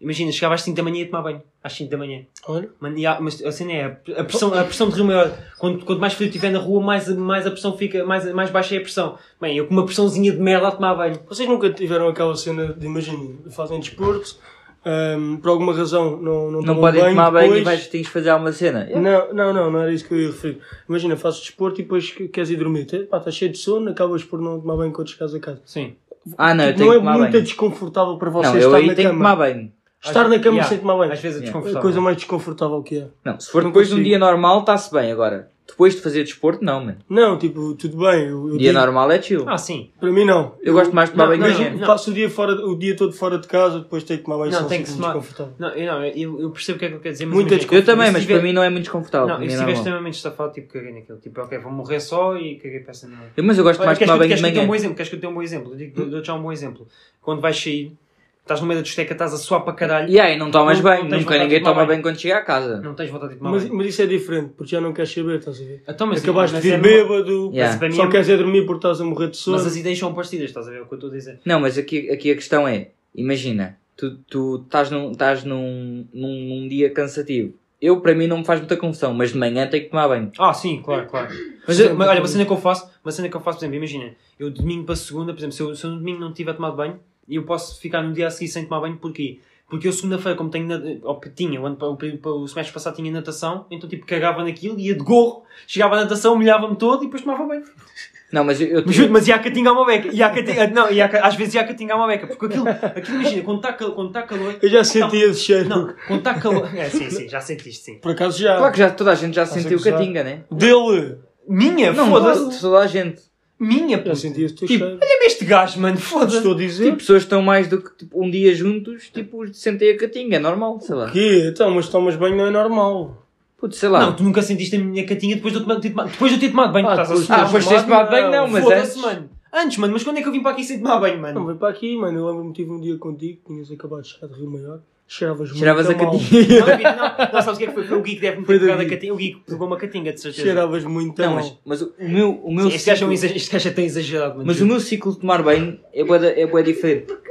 Speaker 2: Imagina, chegava às 5 da manhã e ia tomar banho. Às 5 da manhã.
Speaker 1: Olha.
Speaker 2: Mano, e há- mas a cena é, a pressão, a pressão de rio maior, quanto, quanto mais frio tiver na rua, mais, mais a pressão fica, mais, mais baixa é a pressão. Bem, eu com uma pressãozinha de merda a tomar banho.
Speaker 1: Vocês nunca tiveram aquela cena de, imagina, fazem desporto, ahm, por alguma razão não, não,
Speaker 3: Não
Speaker 1: tomam
Speaker 3: podem
Speaker 1: banho,
Speaker 3: tomar banho e
Speaker 1: depois-
Speaker 3: vais, tens de fazer alguma cena. Yeah.
Speaker 1: Não, não, não, não era isso que eu ia referir. Imagina, fazes desporto e depois que- queres ir dormir. Te- Pá, estás cheio de sono, acabas por não tomar banho quando chegares a casa.
Speaker 2: Sim.
Speaker 3: Ah, não, eu
Speaker 1: Tipo,
Speaker 3: tenho
Speaker 1: não
Speaker 3: que
Speaker 1: é
Speaker 3: tomar
Speaker 1: muito
Speaker 3: banho.
Speaker 1: desconfortável para vocês
Speaker 3: Não, eu
Speaker 1: estar
Speaker 3: aí
Speaker 1: na
Speaker 3: tenho que tomar
Speaker 1: cama.
Speaker 3: banho.
Speaker 1: Estar na cama
Speaker 2: Yeah.
Speaker 1: sem tomar banho.
Speaker 2: Às vezes é
Speaker 3: Yeah.
Speaker 1: É
Speaker 2: desconfortável.
Speaker 1: a coisa mais desconfortável que é.
Speaker 3: Não, se for
Speaker 1: Não
Speaker 3: depois de um
Speaker 1: consigo.
Speaker 3: dia normal, está-se bem agora. Depois de fazer desporto, não, mano.
Speaker 1: Não, tipo, tudo bem. eu- eu
Speaker 3: Dia
Speaker 1: digo-
Speaker 3: normal é chill.
Speaker 2: Ah, sim.
Speaker 1: Para mim, não.
Speaker 3: eu gosto mais de tomar
Speaker 2: não,
Speaker 3: banho
Speaker 2: não,
Speaker 3: de
Speaker 2: não,
Speaker 3: manhã.
Speaker 1: Eu Passo o dia, fora, o dia todo fora de casa, depois tenho que tomar banho.
Speaker 2: Não,
Speaker 1: só sinto-me
Speaker 2: tem que se tomar-
Speaker 1: assim desconfortável.
Speaker 2: Não, eu, não, eu, eu percebo o que é que ele quer dizer, mas.
Speaker 1: Muita
Speaker 2: imagina-
Speaker 3: Eu também,
Speaker 2: se
Speaker 3: mas
Speaker 2: tiver-
Speaker 3: para mim não é muito desconfortável.
Speaker 2: Não,
Speaker 3: para
Speaker 2: eu
Speaker 3: mim é
Speaker 2: estive
Speaker 3: normal.
Speaker 2: extremamente estafado, tipo, caguei naquilo. Tipo, ok, vou morrer só e caguei para essa merda.
Speaker 3: Eu- Mas eu gosto
Speaker 2: Olha, Queres
Speaker 3: mais de
Speaker 2: que
Speaker 3: tomar
Speaker 2: eu-
Speaker 3: banho
Speaker 2: queres
Speaker 3: de
Speaker 2: que eu dê um bom
Speaker 3: manhã.
Speaker 2: exemplo? Queres que eu dê um bom exemplo? Eu digo- Dou-te já um bom exemplo. Quando vais sair, estás no meio da discoteca, estás a suar para caralho.
Speaker 3: E aí, não tomas
Speaker 2: Não-
Speaker 3: banho.
Speaker 2: não tens
Speaker 3: Nunca
Speaker 2: vontade de
Speaker 3: ninguém
Speaker 2: tomar
Speaker 3: toma
Speaker 2: banho.
Speaker 3: banho quando chega à casa.
Speaker 2: Não tens vontade de tomar
Speaker 1: Mas,
Speaker 2: banho.
Speaker 1: mas isso é diferente, porque já não queres saber, estás a ver?
Speaker 2: Então, mas-
Speaker 1: Acabaste
Speaker 2: mas
Speaker 1: de
Speaker 2: é
Speaker 1: vir
Speaker 2: uma-
Speaker 1: bêbado,
Speaker 3: Yeah.
Speaker 2: Mas para mim é
Speaker 1: só
Speaker 2: uma-
Speaker 1: queres é dormir porque estás a morrer de sono.
Speaker 2: Mas assim- as ideias são parecidas, estás a ver o que eu estou a dizer?
Speaker 3: Não, mas aqui, aqui a questão é: imagina, tu, tu estás, num, estás num, num, num dia cansativo. Eu, para mim, não me faz muita confusão, mas de manhã tenho que tomar banho.
Speaker 2: Ah, sim, claro, claro. Mas,
Speaker 1: Sim,
Speaker 2: eu- mas olha, uma
Speaker 1: sim.
Speaker 2: cena que eu faço, uma cena que eu faço, por exemplo, imagina, eu de domingo para segunda, por exemplo, se eu, se eu no domingo não tiver tomado banho, eu posso ficar no dia a seguir sem tomar banho, porquê? Porque eu segunda-feira, como tenho, na- ou que tinha, o, ano, pa- o, período pa- o semestre passado tinha natação, então tipo cagava naquilo, ia de gorro, chegava à natação, humilhava-me todo e depois tomava banho.
Speaker 3: Não, mas eu, eu,
Speaker 2: Mas, juro, mas ia a catingar uma beca, ia a catingar, não, ia a ca- às vezes ia a catingar uma beca, porque aquilo, aquilo imagina, quando está cal, quando tá calor,
Speaker 1: Eu já senti esse cheiro.
Speaker 2: Então, não, quando está calor, é sim, sim, já sentiste, sim.
Speaker 1: Por acaso já.
Speaker 3: Claro que já, toda a gente já
Speaker 1: Estás a
Speaker 3: sentiu
Speaker 1: gozar.
Speaker 3: catinga, né?
Speaker 1: Dele!
Speaker 2: Minha,
Speaker 3: Não,
Speaker 2: É, foda-se.
Speaker 3: toda, toda a gente.
Speaker 2: Minha,
Speaker 1: Já
Speaker 2: puta.
Speaker 1: senti esse teu
Speaker 3: Tipo,
Speaker 1: cheiro.
Speaker 2: Olha-me este gajo, mano,
Speaker 1: Estou
Speaker 2: foda-se.
Speaker 1: a dizer.
Speaker 3: Tipo, pessoas que estão mais do que tipo, um dia juntos, tipo, sentem a catinga, é normal, sei lá.
Speaker 1: Que? Então, mas tomas banho não é normal.
Speaker 3: Putz, sei lá.
Speaker 2: Não, tu nunca sentiste a minha catinha depois de eu tomar- ter tomado, depois de eu ter tomado banho.
Speaker 1: Ah,
Speaker 2: estás a
Speaker 1: depois-
Speaker 2: assustar.
Speaker 3: ah, depois de teres tomado banho, não, mas antes.
Speaker 2: Foda-se, mano. Antes, mano, mas quando é que eu vim para aqui sem tomar banho,
Speaker 1: Não,
Speaker 2: mano?
Speaker 1: vem para aqui, mano. Eu lembro-me tive um dia contigo, tinhas acabado de chegar de Rio Maior, cheiravas muito.
Speaker 3: Tiravas a
Speaker 1: mal.
Speaker 3: catinga.
Speaker 2: Não, Vitor, não, não, sabes o que é que foi? Foi o Gui que deve me
Speaker 1: Foi
Speaker 2: ter
Speaker 1: do
Speaker 2: pegado a
Speaker 1: Gui.
Speaker 2: catinha. O Gui que pegou uma catinha, de certeza.
Speaker 1: Cheiravas muito.
Speaker 3: Não,
Speaker 1: mal.
Speaker 3: mas, mas o meu, o meu
Speaker 2: então- Sim, este, gajo é um
Speaker 3: ciclo,
Speaker 2: exa- este gajo é tão exagerado, mano.
Speaker 3: mas o meu ciclo de tomar banho é bué, da- é bué diferente. Porque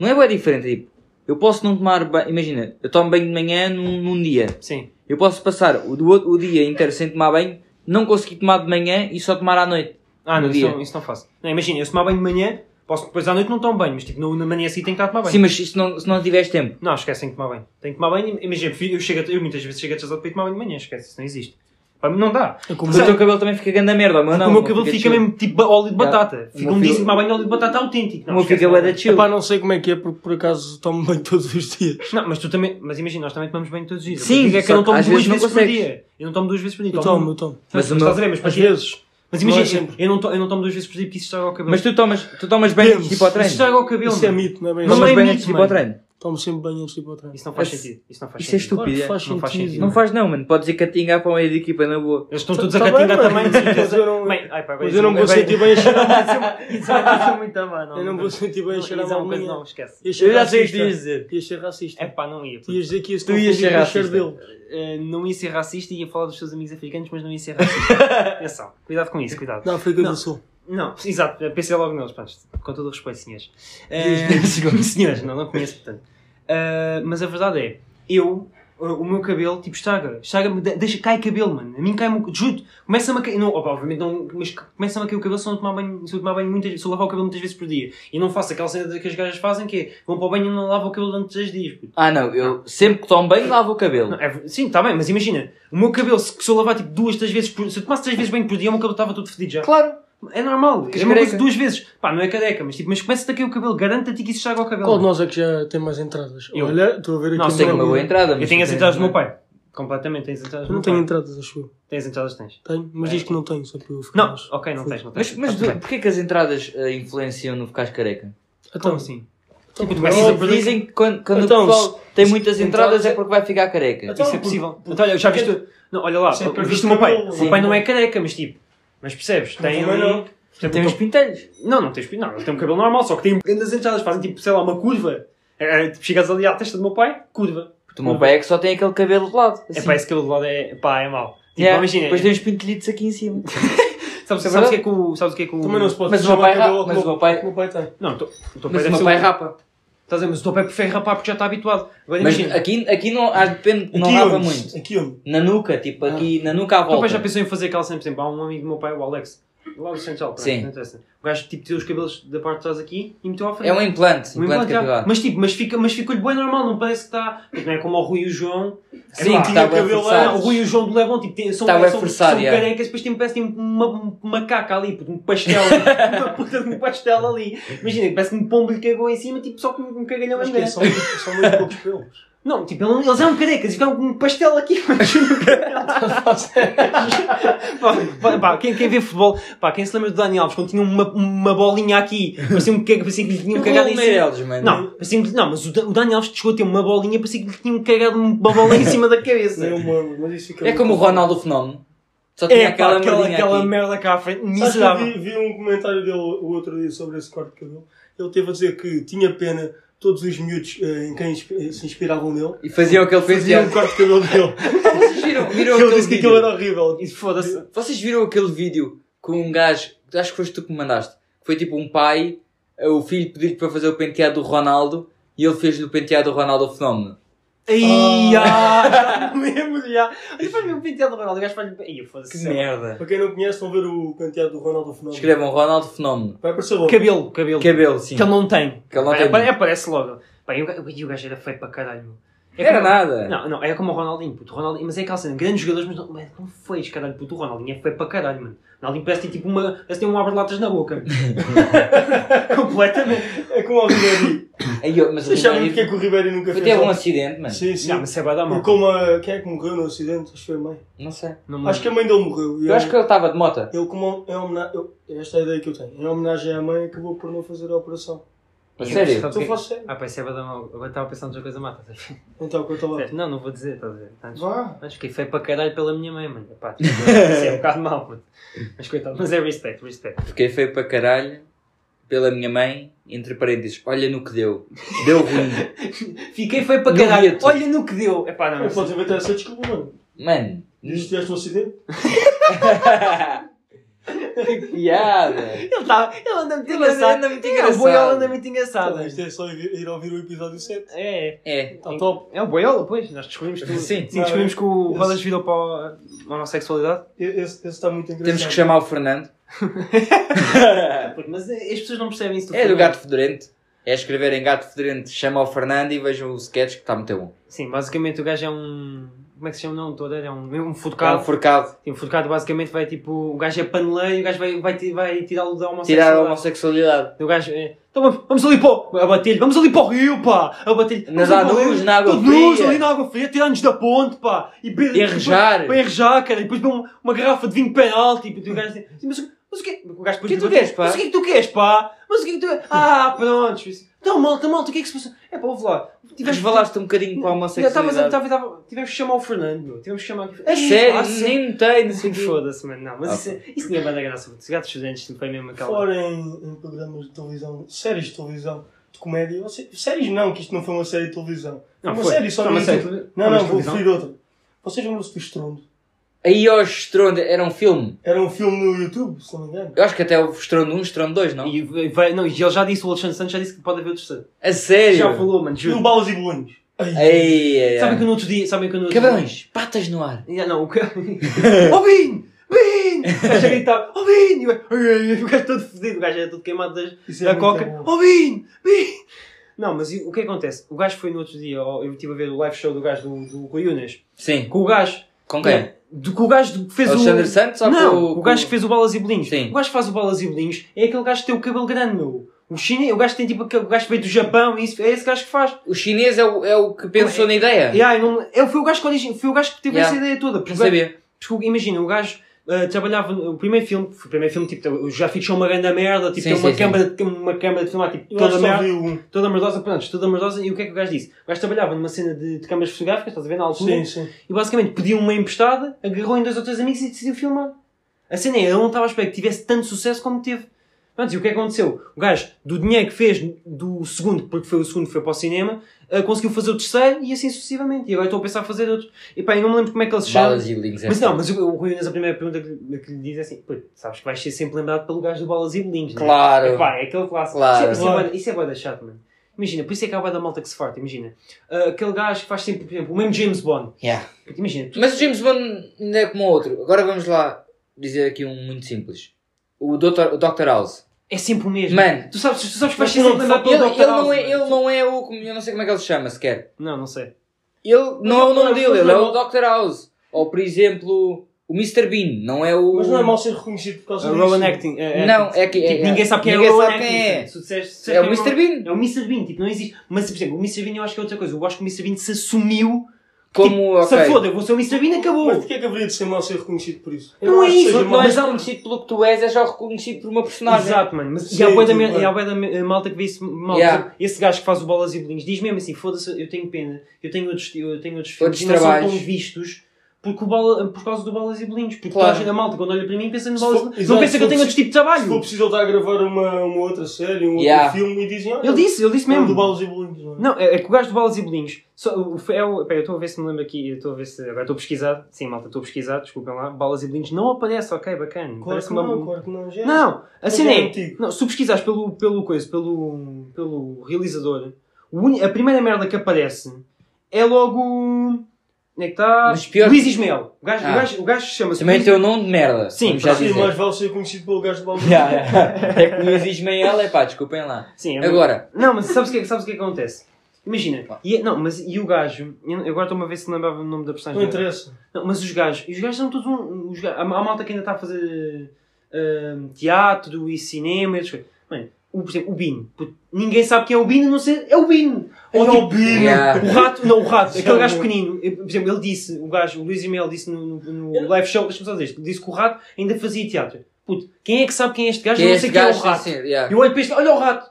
Speaker 3: Não é bué diferente, tipo, eu posso não tomar banho, imagina, eu tomo banho de manhã num, num dia.
Speaker 2: Sim.
Speaker 3: Eu posso passar o, do outro- o dia inteiro sem tomar banho, não conseguir tomar de manhã e só tomar à noite.
Speaker 2: Ah, não,
Speaker 3: No
Speaker 2: isso
Speaker 3: dia.
Speaker 2: não, isso não faço. Não, imagina, eu se tomar banho de manhã, posso depois à noite não tomo banho, mas tipo, no- na manhã assim tenho que estar a tomar banho.
Speaker 3: Sim, mas se não, se não tiveres tempo.
Speaker 2: Não, esquece, tenho que tomar banho. Tenho que tomar banho, imagina, eu, chego, a- eu muitas vezes chego atrasado para ir tomar banho de manhã, esquece, isso não existe. Para mim não dá.
Speaker 1: É como
Speaker 3: Mas o teu cabelo também fica grande a merda, o meu não.
Speaker 2: o meu cabelo fica,
Speaker 3: chill.
Speaker 2: mesmo tipo ba- óleo de batata.
Speaker 3: O
Speaker 2: Fica um
Speaker 3: meu
Speaker 2: dia
Speaker 3: fica-
Speaker 2: sem tomar banho óleo de batata autêntico.
Speaker 3: O meu
Speaker 2: esquece,
Speaker 3: fica bué da chill.
Speaker 1: Epá, não sei como é que é, porque por acaso tomo banho todos os dias.
Speaker 2: Não, mas tu também. Mas imagina, nós também tomamos banho todos os dias. Sim,
Speaker 3: Sim,
Speaker 2: é que eu
Speaker 3: só
Speaker 2: não tomo
Speaker 3: que às
Speaker 2: duas vezes,
Speaker 3: vezes não
Speaker 2: por
Speaker 3: consegues.
Speaker 2: dia. Eu não tomo duas vezes por dia.
Speaker 1: Eu tomo, eu tomo.
Speaker 3: Mas
Speaker 2: Mas,
Speaker 3: o
Speaker 2: mas
Speaker 3: meu-
Speaker 2: estás a ver? Mas,
Speaker 1: Às
Speaker 2: porque-
Speaker 1: vezes.
Speaker 2: mas
Speaker 1: não é
Speaker 2: imagina,
Speaker 1: sempre.
Speaker 2: eu, não to- eu não tomo duas vezes por dia porque isso estraga o cabelo.
Speaker 3: Mas tu tomas, tu tomas banho antes de ir para o
Speaker 1: Temos.
Speaker 3: treino.
Speaker 2: Isso estraga o cabelo.
Speaker 1: Isso é
Speaker 2: mano.
Speaker 1: mito, não é bem?
Speaker 2: Não
Speaker 3: Tomas
Speaker 2: é
Speaker 3: banho
Speaker 2: mito,
Speaker 3: antes de ir para o
Speaker 2: mano.
Speaker 3: treino.
Speaker 1: Tomo sempre banho antes de ir para o treino.
Speaker 2: Isso não faz
Speaker 3: Esse-
Speaker 2: sentido. Isso não faz
Speaker 3: isso é
Speaker 2: sentido.
Speaker 3: estúpido. estúpido,
Speaker 1: Claro que
Speaker 2: não faz sentido.
Speaker 3: Não faz não, mano. Podes ir catingar para o meio da equipa, na boa.
Speaker 2: Eles estão todos a
Speaker 1: Tá bem,
Speaker 2: catingar
Speaker 1: mas-
Speaker 2: também, de certeza.
Speaker 1: mas eu não-
Speaker 2: Bem, ai, pá, bem,
Speaker 1: Mas
Speaker 2: isso
Speaker 1: eu não
Speaker 2: é
Speaker 1: vou
Speaker 2: bem-
Speaker 1: sentir bem a cheirar mal.
Speaker 2: Isso é uma coisa muito má, não.
Speaker 1: Eu não vou sentir bem a
Speaker 2: Isso é
Speaker 1: cheirar
Speaker 2: uma
Speaker 1: mal.
Speaker 2: coisa,
Speaker 1: minha.
Speaker 2: não, esquece.
Speaker 1: Ia ser
Speaker 3: um Eu já sei o que
Speaker 1: racista.
Speaker 3: tu ias dizer.
Speaker 1: Ia ser racista.
Speaker 2: É pá, não ia.
Speaker 1: Tu ias dizer que ia
Speaker 3: Tu ias ser racista.
Speaker 1: dele.
Speaker 2: Eh, não ia ser racista e ia falar dos seus amigos africanos, mas não ia ser racista. Atenção, cuidado com isso, cuidado.
Speaker 1: Da África
Speaker 2: Não.
Speaker 1: do Sul.
Speaker 2: Não, exato, eh, pensei logo neles, pronto, com todo o respeito, senhores. Eh, senhores, não, não conheço, portanto. Eh, mas a verdade é, eu, eh, o meu cabelo, tipo, estraga, estraga-me, de- deixa, cai cabelo, mano. A mim cai-me, o- juro, começa-me a cair, não, opa, obviamente não, mas começa-me a cair o cabelo se eu não tomar banho, se eu tomar banho muitas, se eu lavar o cabelo muitas vezes por dia. E não faço aquela cena que as gajas fazem, que é, vão para o banho e não lavam o cabelo durante 3 dias, puto.
Speaker 3: Ah, não. Eu sempre que tomo banho, lavo o cabelo.
Speaker 2: Não, é- sim, está bem, mas imagina, o meu cabelo, se, se eu lavar tipo duas, três vezes, por, se eu tomasse três vezes bem por dia, o meu cabelo estava todo fedido já.
Speaker 3: Claro.
Speaker 2: É normal,
Speaker 3: Ficas
Speaker 2: é uma coisa
Speaker 3: careca.
Speaker 2: duas vezes. Pá, não é careca, mas tipo, mas começa a cair o cabelo, garanta-te que isso estraga o cabelo.
Speaker 1: Qual de nós é que já tem mais entradas?
Speaker 2: Eu.
Speaker 1: Olha, estou a ver aqui. um
Speaker 2: Não,
Speaker 1: o
Speaker 2: sei
Speaker 3: Tenho
Speaker 1: meu
Speaker 3: é uma boa
Speaker 1: amigo.
Speaker 3: entrada. mas
Speaker 2: Eu tenho
Speaker 3: tu
Speaker 2: as
Speaker 3: tens,
Speaker 2: entradas do
Speaker 3: não é?
Speaker 2: meu pai. Completamente, tens as entradas
Speaker 1: Eu
Speaker 2: do
Speaker 1: Não
Speaker 2: meu
Speaker 1: tenho
Speaker 2: pai.
Speaker 1: entradas, acho eu.
Speaker 2: Tens as entradas, tens.
Speaker 1: Tenho, mas
Speaker 2: É.
Speaker 1: diz que não tenho, só para eu ficar.
Speaker 2: Não,
Speaker 1: mais-
Speaker 2: ok, não tens, não tens.
Speaker 3: Mas, mas
Speaker 2: Tá bem.
Speaker 3: do- porquê que as entradas eh, influenciam no ficares careca?
Speaker 2: Como
Speaker 1: Então,
Speaker 2: assim?
Speaker 1: então,
Speaker 2: Tipo,
Speaker 1: mas-
Speaker 2: tu vais
Speaker 3: Dizem-
Speaker 2: a perder-
Speaker 3: Dizem que quando, quando
Speaker 1: Então,
Speaker 3: o pessoal tem muitas
Speaker 1: se-
Speaker 3: entradas é
Speaker 1: entradas-
Speaker 3: porque vai ficar careca.
Speaker 1: Então,
Speaker 2: Isso é
Speaker 1: por-
Speaker 2: possível.
Speaker 1: por-
Speaker 2: Então, olha, já viste. Não, olha lá,
Speaker 1: Sim, porque
Speaker 2: viste
Speaker 1: o
Speaker 2: o meu pai.
Speaker 1: cabelo-
Speaker 2: O
Speaker 1: Sim.
Speaker 2: meu pai não é careca, mas tipo. Mas percebes? Tem
Speaker 1: também
Speaker 2: ali.
Speaker 1: não.
Speaker 2: Já
Speaker 3: Tem
Speaker 2: tem
Speaker 3: uns pintelhos.
Speaker 2: Não, não tens pin- não, ele tem um cabelo normal, só que tem grandes entradas, fazem tipo, sei lá, uma curva. É, é, tipo, chegas ali à testa do meu pai, curva.
Speaker 3: Porque o meu pai é que só tem aquele cabelo de lado.
Speaker 2: É
Speaker 3: assim.
Speaker 2: pá, esse cabelo de lado é, pá, é mau. Tipo,
Speaker 3: Yeah,
Speaker 2: imagina,
Speaker 3: Depois tem uns pintelhitos aqui em cima.
Speaker 2: sabes, sabes,
Speaker 3: Sabe?
Speaker 2: o que é que o, sabes o que é que o...
Speaker 1: Também não se pode
Speaker 3: Mas o
Speaker 1: chamar
Speaker 3: meu pai-
Speaker 1: cabelo ao
Speaker 3: mas
Speaker 1: que
Speaker 3: o meu pai-
Speaker 1: que o meu pai tem.
Speaker 2: Não, o teu- o teu pai
Speaker 3: Mas o
Speaker 2: deve
Speaker 3: meu
Speaker 2: ser um-
Speaker 3: pai
Speaker 2: o-
Speaker 3: rapa.
Speaker 2: Estás a dizer, mas o teu pai prefere rapar porque já está habituado. Agora
Speaker 3: Mas
Speaker 2: imagina,
Speaker 3: aqui, aqui não, ah, depende, não
Speaker 1: Aqui
Speaker 3: rapa
Speaker 1: onde?
Speaker 3: muito.
Speaker 1: Aqui onde?
Speaker 3: Na nuca, tipo aqui, na nuca à
Speaker 2: o teu pai Então, já
Speaker 3: volta.
Speaker 2: pensou em fazer calça, por exemplo, há um amigo do meu pai, o Alex, lá do Central, pronto,
Speaker 3: Sim.
Speaker 2: não interessa. O gajo, tipo, tirou os cabelos da parte de trás aqui e meteu à frente.
Speaker 3: É um implante,
Speaker 2: Um
Speaker 3: implante
Speaker 2: já.
Speaker 3: capilar.
Speaker 2: Mas tipo, mas fica-lhe mas fica bem normal, não parece que está... Não é como o Rui e o João.
Speaker 3: Sim,
Speaker 2: pá,
Speaker 3: que está bem
Speaker 1: cabelo,
Speaker 2: Ah, não, o
Speaker 3: forçado.
Speaker 2: Rui e o João do Leblon tipo, têm- são,
Speaker 3: Tá bem
Speaker 2: são,
Speaker 3: forçado,
Speaker 2: são
Speaker 3: yeah.
Speaker 2: carecas, depois têm, parece que têm uma, uma macaca ali, puto, um pastel, uma puta de um pastel ali. Imagina, parece que um pombo lhe cagou em cima, tipo, só com um cagalhão
Speaker 1: Mas
Speaker 2: em
Speaker 1: que é
Speaker 2: grande.
Speaker 1: só só muito poucos pelos.
Speaker 2: Não, tipo, ele- eles eram carecas, e ficavam com um pastel aqui. pá, pá, pá, quem, quem vê futebol, pá, quem se lembra do Dani Alves, quando tinha uma, uma bolinha aqui, parecia, um, caga- parecia que lhe tinham
Speaker 3: Eu
Speaker 2: cagado
Speaker 3: vou
Speaker 2: em cima.
Speaker 3: Meireles, mano.
Speaker 2: Não, parecia, que- não, mas o, Dan- o Dani Alves chegou a ter uma bolinha, parecia que lhe tinham cagado uma bola em cima da cabeça.
Speaker 1: Nem uma, mas isso fica
Speaker 3: É como o
Speaker 1: muito-
Speaker 3: Ronaldo Fenómeno. Só
Speaker 2: É,
Speaker 3: tinha aquela,
Speaker 2: pá, aquela,
Speaker 3: merdinha
Speaker 2: aquela
Speaker 3: aqui.
Speaker 2: merda cá à frente,
Speaker 1: Sabes que eu
Speaker 2: miserável.
Speaker 1: vi, vi um comentário dele o outro dia sobre esse corte de cabelo. Ele teve a dizer que tinha pena todos os miúdos eh, em quem inspi- se inspiravam nele.
Speaker 3: E faziam aquele feito
Speaker 1: Faziam o corte de cabelo dele.
Speaker 3: Vocês viram, viram
Speaker 1: Ele
Speaker 3: aquele
Speaker 1: disse que aquilo
Speaker 3: vídeo?
Speaker 1: era horrível.
Speaker 2: Isso foda-se.
Speaker 3: Vocês viram aquele vídeo com um gajo, acho que foste tu que me mandaste, que foi tipo um pai, eh, o filho pediu-lhe para fazer o penteado do Ronaldo e ele fez-lhe o penteado do Ronaldo ao Fenómeno.
Speaker 1: Oh.
Speaker 2: Ai, ah, já me lembro, já. Olha, faz-me um penteado do Ronaldo, o gajo faz-me. Ai, foda-se.
Speaker 3: merda!
Speaker 1: Para quem não conhece, vão ver o penteado do Ronaldo Fenómeno.
Speaker 3: Escrevam um Ronaldo Fenómeno.
Speaker 1: Vai aparecer logo.
Speaker 2: Cabelo, cabelo.
Speaker 3: Cabelo, sim.
Speaker 2: Que ele não tem.
Speaker 3: Que ele não tem.
Speaker 1: é-
Speaker 2: Apare- Aparece logo. Pá, e o gajo- e o gajo era feio para caralho. É
Speaker 3: Era
Speaker 2: como-
Speaker 3: nada.
Speaker 2: Não, não, é como o Ronaldinho, puto. O Ronaldinho, mas é aquela cena, grandes jogadores, mas não, mas não feios, caralho, puto. O Ronaldinho é feio para caralho, mano. O Ronaldinho parece ter tipo uma. parece ter um abre-latas na boca. Completamente.
Speaker 1: É como o Ribéry.
Speaker 3: Aí, eu- mas o
Speaker 1: Vocês sabem
Speaker 3: Ribeiro
Speaker 1: porque é que o Ribéri nunca
Speaker 3: foi
Speaker 1: fez?
Speaker 3: teve um
Speaker 1: algo?
Speaker 3: acidente, mano.
Speaker 1: Sim, sim.
Speaker 2: Não, mas isso é bada mal.
Speaker 1: E como a- quem é que morreu no acidente? Acho que foi a mãe.
Speaker 3: Não sei.
Speaker 2: Não me
Speaker 1: Acho que é a mãe dele morreu. E
Speaker 3: Eu acho que ele estava de moto.
Speaker 1: Ele, como é homenagem. Esta é a ideia que eu tenho. Em homenagem à mãe, acabou por não fazer a operação. Então
Speaker 3: A
Speaker 2: lembro.
Speaker 3: sério.
Speaker 1: Estou a falar sério.
Speaker 2: Ah, pá, isso é bada mal. Agora estava pensando noutra coisa mata.
Speaker 1: Então, quanto ao
Speaker 2: Certo, Não, não vou dizer, estás a ver? Tá, Antes-
Speaker 1: Vá.
Speaker 2: Mas fiquei feio para caralho pela minha mãe, mano. Epá, tipo, isso é um bocado mau, puto. Mas coitado, mas é respeito, respeito.
Speaker 3: Fiquei feio para caralho pela minha mãe, entre parênteses. Olha no que deu. Deu ruim.
Speaker 2: Fiquei feio para
Speaker 3: Não
Speaker 2: caralho,
Speaker 3: ria-te.
Speaker 2: olha no que deu. Epá, não,
Speaker 1: Não
Speaker 2: mas...
Speaker 1: podes inventar essa desculpa, mano.
Speaker 3: Mano.
Speaker 1: Diz que tiveste um acidente.
Speaker 3: que piada.
Speaker 2: Ele, tá, ele anda muito
Speaker 3: Ele anda-
Speaker 2: engraçado.
Speaker 3: anda muito
Speaker 2: É, o boiola
Speaker 3: engraçado.
Speaker 2: anda muito engraçado.
Speaker 1: Então, Isto é só ir ir ouvir o episódio 7.
Speaker 2: É, é.
Speaker 3: É.
Speaker 1: Está Tá top.
Speaker 2: É o boiola, pois. Nós descobrimos que...
Speaker 3: Sim.
Speaker 2: Sim, descobrimos que o Rodas virou para a homossexualidade.
Speaker 1: E- Esse esse está muito engraçado.
Speaker 3: Temos que chamar o Fernando. É
Speaker 2: Puto, Mas eh, as pessoas não percebem isso.
Speaker 3: É do
Speaker 2: Fernando.
Speaker 3: Gato Fedorento. É escrever em Gato Fedorento. Chama o Fernando e vejam o sketch que está muito bom.
Speaker 2: Sim, basicamente o gajo é um... Como é que se chama? Não, todo é um, um
Speaker 3: Cá
Speaker 2: furcado.
Speaker 3: o Forcado.
Speaker 2: Sim, Tipo, o furcado basicamente vai tipo... O gajo é paneleiro e o gajo vai, vai, ti- vai tirá-lo da
Speaker 3: Tirar a
Speaker 2: homossexualidade.
Speaker 3: homossexualidade.
Speaker 2: O gajo, é, então vamos, vamos ali para a bater vamos ali para o rio, pá, a bater-lhe. Vamos
Speaker 3: Nadar
Speaker 2: ali para o
Speaker 3: nus
Speaker 2: rio,
Speaker 3: na água
Speaker 2: todos nus,
Speaker 3: fria.
Speaker 2: ali na água fria, tirar-nos da ponte, pá, e be-
Speaker 3: E arrejar.
Speaker 2: depois- Para arrejar, cara, e depois beber uma, uma garrafa de vinho penalti, e o gajo assim, mas, o- mas o que O gajo depois
Speaker 3: O que é que tu
Speaker 2: pergunta,
Speaker 3: queres, pá?
Speaker 2: Mas o que é que tu queres, pá? Mas o que é que tu Ah, pronto, isso. então Então, malta, malta, o que é que se passa? É pá, ouve lá. Tivemos,
Speaker 3: Resvalaste um bocadinho para a
Speaker 2: Já estavas a-
Speaker 3: homossexualidade.
Speaker 2: tava- tava- tivemos que chamar o Fernando, meu. Tivemos que chamar aqui.
Speaker 3: A
Speaker 2: Ah,
Speaker 3: sério,
Speaker 2: sim.
Speaker 3: nem notei, não sei o
Speaker 2: Sim,
Speaker 3: quê.
Speaker 2: Foda-se, mano. Não, mas
Speaker 3: Ah,
Speaker 2: isso, isso nem é bem da graça. Os gatos estudantes sempre foi mesmo aquela.
Speaker 1: Fora em, em programas de televisão, séries de televisão, de comédia, ou sé- séries não, que isto não foi uma série de televisão.
Speaker 2: Não,
Speaker 1: uma
Speaker 2: foi.
Speaker 1: série só
Speaker 2: Foi
Speaker 1: no
Speaker 2: uma série
Speaker 1: YouTube.
Speaker 2: de televi-
Speaker 1: Não,
Speaker 2: foi uma
Speaker 1: não, vou
Speaker 2: televisão.
Speaker 1: referir outra. Vocês lembram-se do Estrondo?
Speaker 3: Aí ó, Estrondo, era um filme.
Speaker 1: Era um filme no YouTube, se não me engano.
Speaker 3: Eu acho que até o Estrondo 1, Estrondo 2, não?
Speaker 2: E, vai- não, e ele já disse, o Alexandre Santos já disse que pode haver outro terceiro.
Speaker 3: A
Speaker 1: É,
Speaker 3: sério?
Speaker 2: Já falou, mano, juro.
Speaker 1: No Baus e Bolinhos. Ai,
Speaker 3: Ei, ai, ai.
Speaker 1: É.
Speaker 2: Sabem que no outro dia. Sabem que no outro dia.
Speaker 3: Cabrões, patas no ar.
Speaker 2: Yeah, não, o que. oh, Binho! Binho! O gajo a gritar, oh, Binho! E o gajo- O gajo todo fedido, o gajo era todo queimado das,
Speaker 1: isso é
Speaker 2: da
Speaker 1: muito
Speaker 2: coca.
Speaker 1: bom.
Speaker 2: Oh, Binho! Binho! Não, mas e- o que acontece? O gajo foi no outro dia, ó, eu estive a ver o live show do gajo do, do Rui Unas,
Speaker 3: Sim.
Speaker 2: com o gajo.
Speaker 3: Com quem?
Speaker 2: né, Do, com o gajo que fez
Speaker 3: Alexandre
Speaker 2: o.
Speaker 3: Santos ou
Speaker 2: não,
Speaker 3: com
Speaker 2: o gajo que fez o Balas e Bolinhos.
Speaker 3: Sim.
Speaker 2: O gajo que faz o Balas e Bolinhos é aquele gajo que tem o cabelo grande, meu. O chinês, o gajo que tem tipo aquele o gajo que veio do Japão, e isso, é esse gajo que faz.
Speaker 3: O chinês é o, é o que pensou na ideia.
Speaker 2: Yeah, eu não, ele foi o gajo que origin, foi o gajo que teve
Speaker 3: É. Yeah.
Speaker 2: essa ideia toda. porque
Speaker 3: Não
Speaker 2: o gajo-
Speaker 3: sabia.
Speaker 2: Porque imagina, o gajo ah, trabalhava no o primeiro filme, foi o primeiro filme, tipo, os gráficos são uma grande merda, tipo,
Speaker 3: Sim,
Speaker 2: tem uma,
Speaker 3: sim, sim.
Speaker 2: câmara, tem uma câmara de filmar, tipo,
Speaker 1: Eu acho
Speaker 2: toda
Speaker 1: que só
Speaker 2: merda,
Speaker 1: vi um.
Speaker 2: toda merdosa, pronto, toda merdosa, e o que é que o gajo disse? O gajo trabalhava numa cena de, de câmaras fotográficas, estás a ver, na altura,
Speaker 1: Sim, sim.
Speaker 2: e basicamente pediu uma emprestada, agarrou em dois ou três amigos e decidiu filmar. A cena é, ele não estava à espera que tivesse tanto sucesso como teve. Pronto, e o que é que aconteceu? O gajo, do dinheiro que fez do segundo, porque foi o segundo que foi para o cinema, ah, conseguiu fazer o terceiro e assim sucessivamente. E agora estou a pensar em fazer outro. E pá, eu não me lembro como é que ele se chama.
Speaker 3: Balas e é assim. links.
Speaker 2: Mas não, mas o, o Rui Unas, a primeira pergunta que, lhe- que lhe diz é assim: "Pô, sabes que vais ser sempre lembrado pelo gajo do Bolas e Bolinhos, né?
Speaker 3: Claro.
Speaker 2: Epá, é aquele clássico. Isso é-
Speaker 3: Claro.
Speaker 2: Isso é bué da- isso é boa da chato, mano. Imagina, por isso é que há bué da malta que se farta, imagina. Ah, aquele gajo que faz sempre, por exemplo, o mesmo James Bond.
Speaker 3: Yeah.
Speaker 2: Porque imagina, tu...
Speaker 3: Mas o James Bond não é como o outro. Agora vamos lá dizer aqui um muito simples. O Dr. O Dr. House.
Speaker 2: é sempre o mesmo.
Speaker 3: Mano.
Speaker 2: Tu sabes, tu sabes que vais
Speaker 1: Mas
Speaker 2: ser
Speaker 1: não
Speaker 2: sempre lembrado
Speaker 3: Ele,
Speaker 2: pelo
Speaker 3: ele
Speaker 2: Dr. House,
Speaker 3: não é,
Speaker 2: mano.
Speaker 3: ele não é o. Eu não sei como é que ele se chama sequer.
Speaker 2: Não, não sei.
Speaker 3: Ele não é
Speaker 1: Mas
Speaker 3: o nome
Speaker 1: não é-
Speaker 3: dele, ele é o
Speaker 1: mas não
Speaker 3: Dr. House. Ou por exemplo, o Mr. Bean. Não é o.
Speaker 1: Mas não é mal ser reconhecido por causa
Speaker 2: A
Speaker 1: disso.
Speaker 2: Rowan Acting. é- é-
Speaker 3: Não, é que.
Speaker 2: tipo,
Speaker 3: é- é-
Speaker 2: ninguém sabe quem é
Speaker 3: ninguém
Speaker 2: o Rowan
Speaker 3: sabe
Speaker 2: Acting.
Speaker 3: quem é.
Speaker 2: mano. Se tu disseres- se
Speaker 3: É o
Speaker 2: disseres
Speaker 3: Mr.
Speaker 2: quem
Speaker 3: Bean.
Speaker 2: É o Mr. Bean, tipo, não existe. Mas, por exemplo, o Mr. Bean eu acho que é outra coisa. Eu acho que o Mr. Bean se assumiu
Speaker 3: Como.
Speaker 2: Tipo, Se
Speaker 3: ok.
Speaker 2: foda, eu vou ser o Mr. Bean acabou.
Speaker 1: Mas porquê é que haveria de ser mal ser reconhecido por isso? Eu
Speaker 2: Não é
Speaker 1: acho que
Speaker 2: isso,
Speaker 1: seja
Speaker 2: não
Speaker 1: mal-
Speaker 3: Não és
Speaker 2: Mas há-
Speaker 3: reconhecido pelo que tu és, és só reconhecido por uma personagem.
Speaker 2: Exato, mano. Mas,
Speaker 1: Sim,
Speaker 2: e há bué da,
Speaker 1: tudo
Speaker 2: mer-
Speaker 1: bem.
Speaker 2: e há bué da me- malta que vê isso mal.
Speaker 3: Yeah.
Speaker 2: Por exemplo, Esse gajo que faz o bolas e bolinhos diz mesmo assim: foda-se, eu tenho pena, eu tenho outros, eu tenho outros filmes
Speaker 3: Outros
Speaker 2: que não são tão
Speaker 3: trabalhos.
Speaker 2: vistos. Porque o bola, por causa do bolas e bolinhos. Porque
Speaker 3: Claro.
Speaker 2: toda a gente- a malta, quando olha para mim, pensa no
Speaker 1: Se
Speaker 2: bolas
Speaker 1: for-
Speaker 2: e bolinhos. Não
Speaker 1: exato,
Speaker 2: pensa
Speaker 1: se
Speaker 2: que eu
Speaker 1: for
Speaker 2: tenho outro tipo de
Speaker 1: Se for
Speaker 2: trabalho.
Speaker 1: preciso, ele está a gravar uma, uma outra série, um
Speaker 3: Yeah.
Speaker 1: outro filme e dizem. Ah,
Speaker 2: Ele disse, ele disse
Speaker 1: é o do
Speaker 2: mesmo.
Speaker 1: Baus e Bolinhos, não é?
Speaker 2: Não, é, é que o gajo do Balas e Bolinhos. Só, o, o- é o, pera, eu estou a ver se me lembro aqui. eu Estou a ver se. Agora estou a pesquisar. Sim, malta, estou a pesquisar. Desculpem lá. Balas e Bolinhos não aparece, ok, bacana.
Speaker 1: Claro
Speaker 2: Parece
Speaker 1: que
Speaker 2: uma-
Speaker 1: não, claro que não. já é.
Speaker 2: Não, a
Speaker 1: Mas
Speaker 2: cena
Speaker 1: é
Speaker 2: é.
Speaker 1: antigo.
Speaker 2: Não, se tu pesquisares pelo, pelo coisa, pelo, pelo realizador, o uni- a primeira merda que aparece é logo. Onde é que está?
Speaker 3: Mas pior-
Speaker 2: Luís Ismael. O gajo,
Speaker 3: Ah.
Speaker 2: o gajo, o gajo chama-se.
Speaker 3: Também
Speaker 2: Luís-
Speaker 3: tem o nome de merda.
Speaker 2: Sim,
Speaker 3: como já
Speaker 1: Sim,
Speaker 3: dizer.
Speaker 1: mais vale ser conhecido pelo gajo do Baus e
Speaker 3: Yeah, yeah. É que não existe Ismael, é pá, desculpem lá.
Speaker 2: Sim, é
Speaker 3: Agora,
Speaker 2: Não, mas sabes o que, é- sabes o que é que acontece? Imagina, e, é, não, mas, e o gajo, eu agora estou-me a ver se lembrava o nome da personagem.
Speaker 1: Não
Speaker 2: dele.
Speaker 1: interessa.
Speaker 2: Não, mas os gajos, e os gajos são todos um. Os gajos, a, a malta que ainda está a fazer ah, teatro e cinema e outras coisas. Mano, o, por exemplo, o Bino. Puto, Ninguém sabe quem é o Bino, a não sei. É o Bino! Ou
Speaker 1: É o é
Speaker 2: tipo,
Speaker 1: Bino.
Speaker 3: Yeah.
Speaker 2: O rato, não, o rato, aquele
Speaker 1: Chama-o.
Speaker 2: gajo pequenino. Eu, Por exemplo, ele disse, o gajo, o Luís Emel disse no, no- no live show, deixa-me só dizer isto, disse que o rato ainda fazia teatro. Puto, quem é que sabe quem é este gajo?
Speaker 3: quem
Speaker 2: eu
Speaker 3: é
Speaker 2: não sei
Speaker 3: este
Speaker 2: quem é
Speaker 3: gajo?
Speaker 2: o rato.
Speaker 3: Sim, sim, yeah.
Speaker 2: Eu olho para este, olha o rato!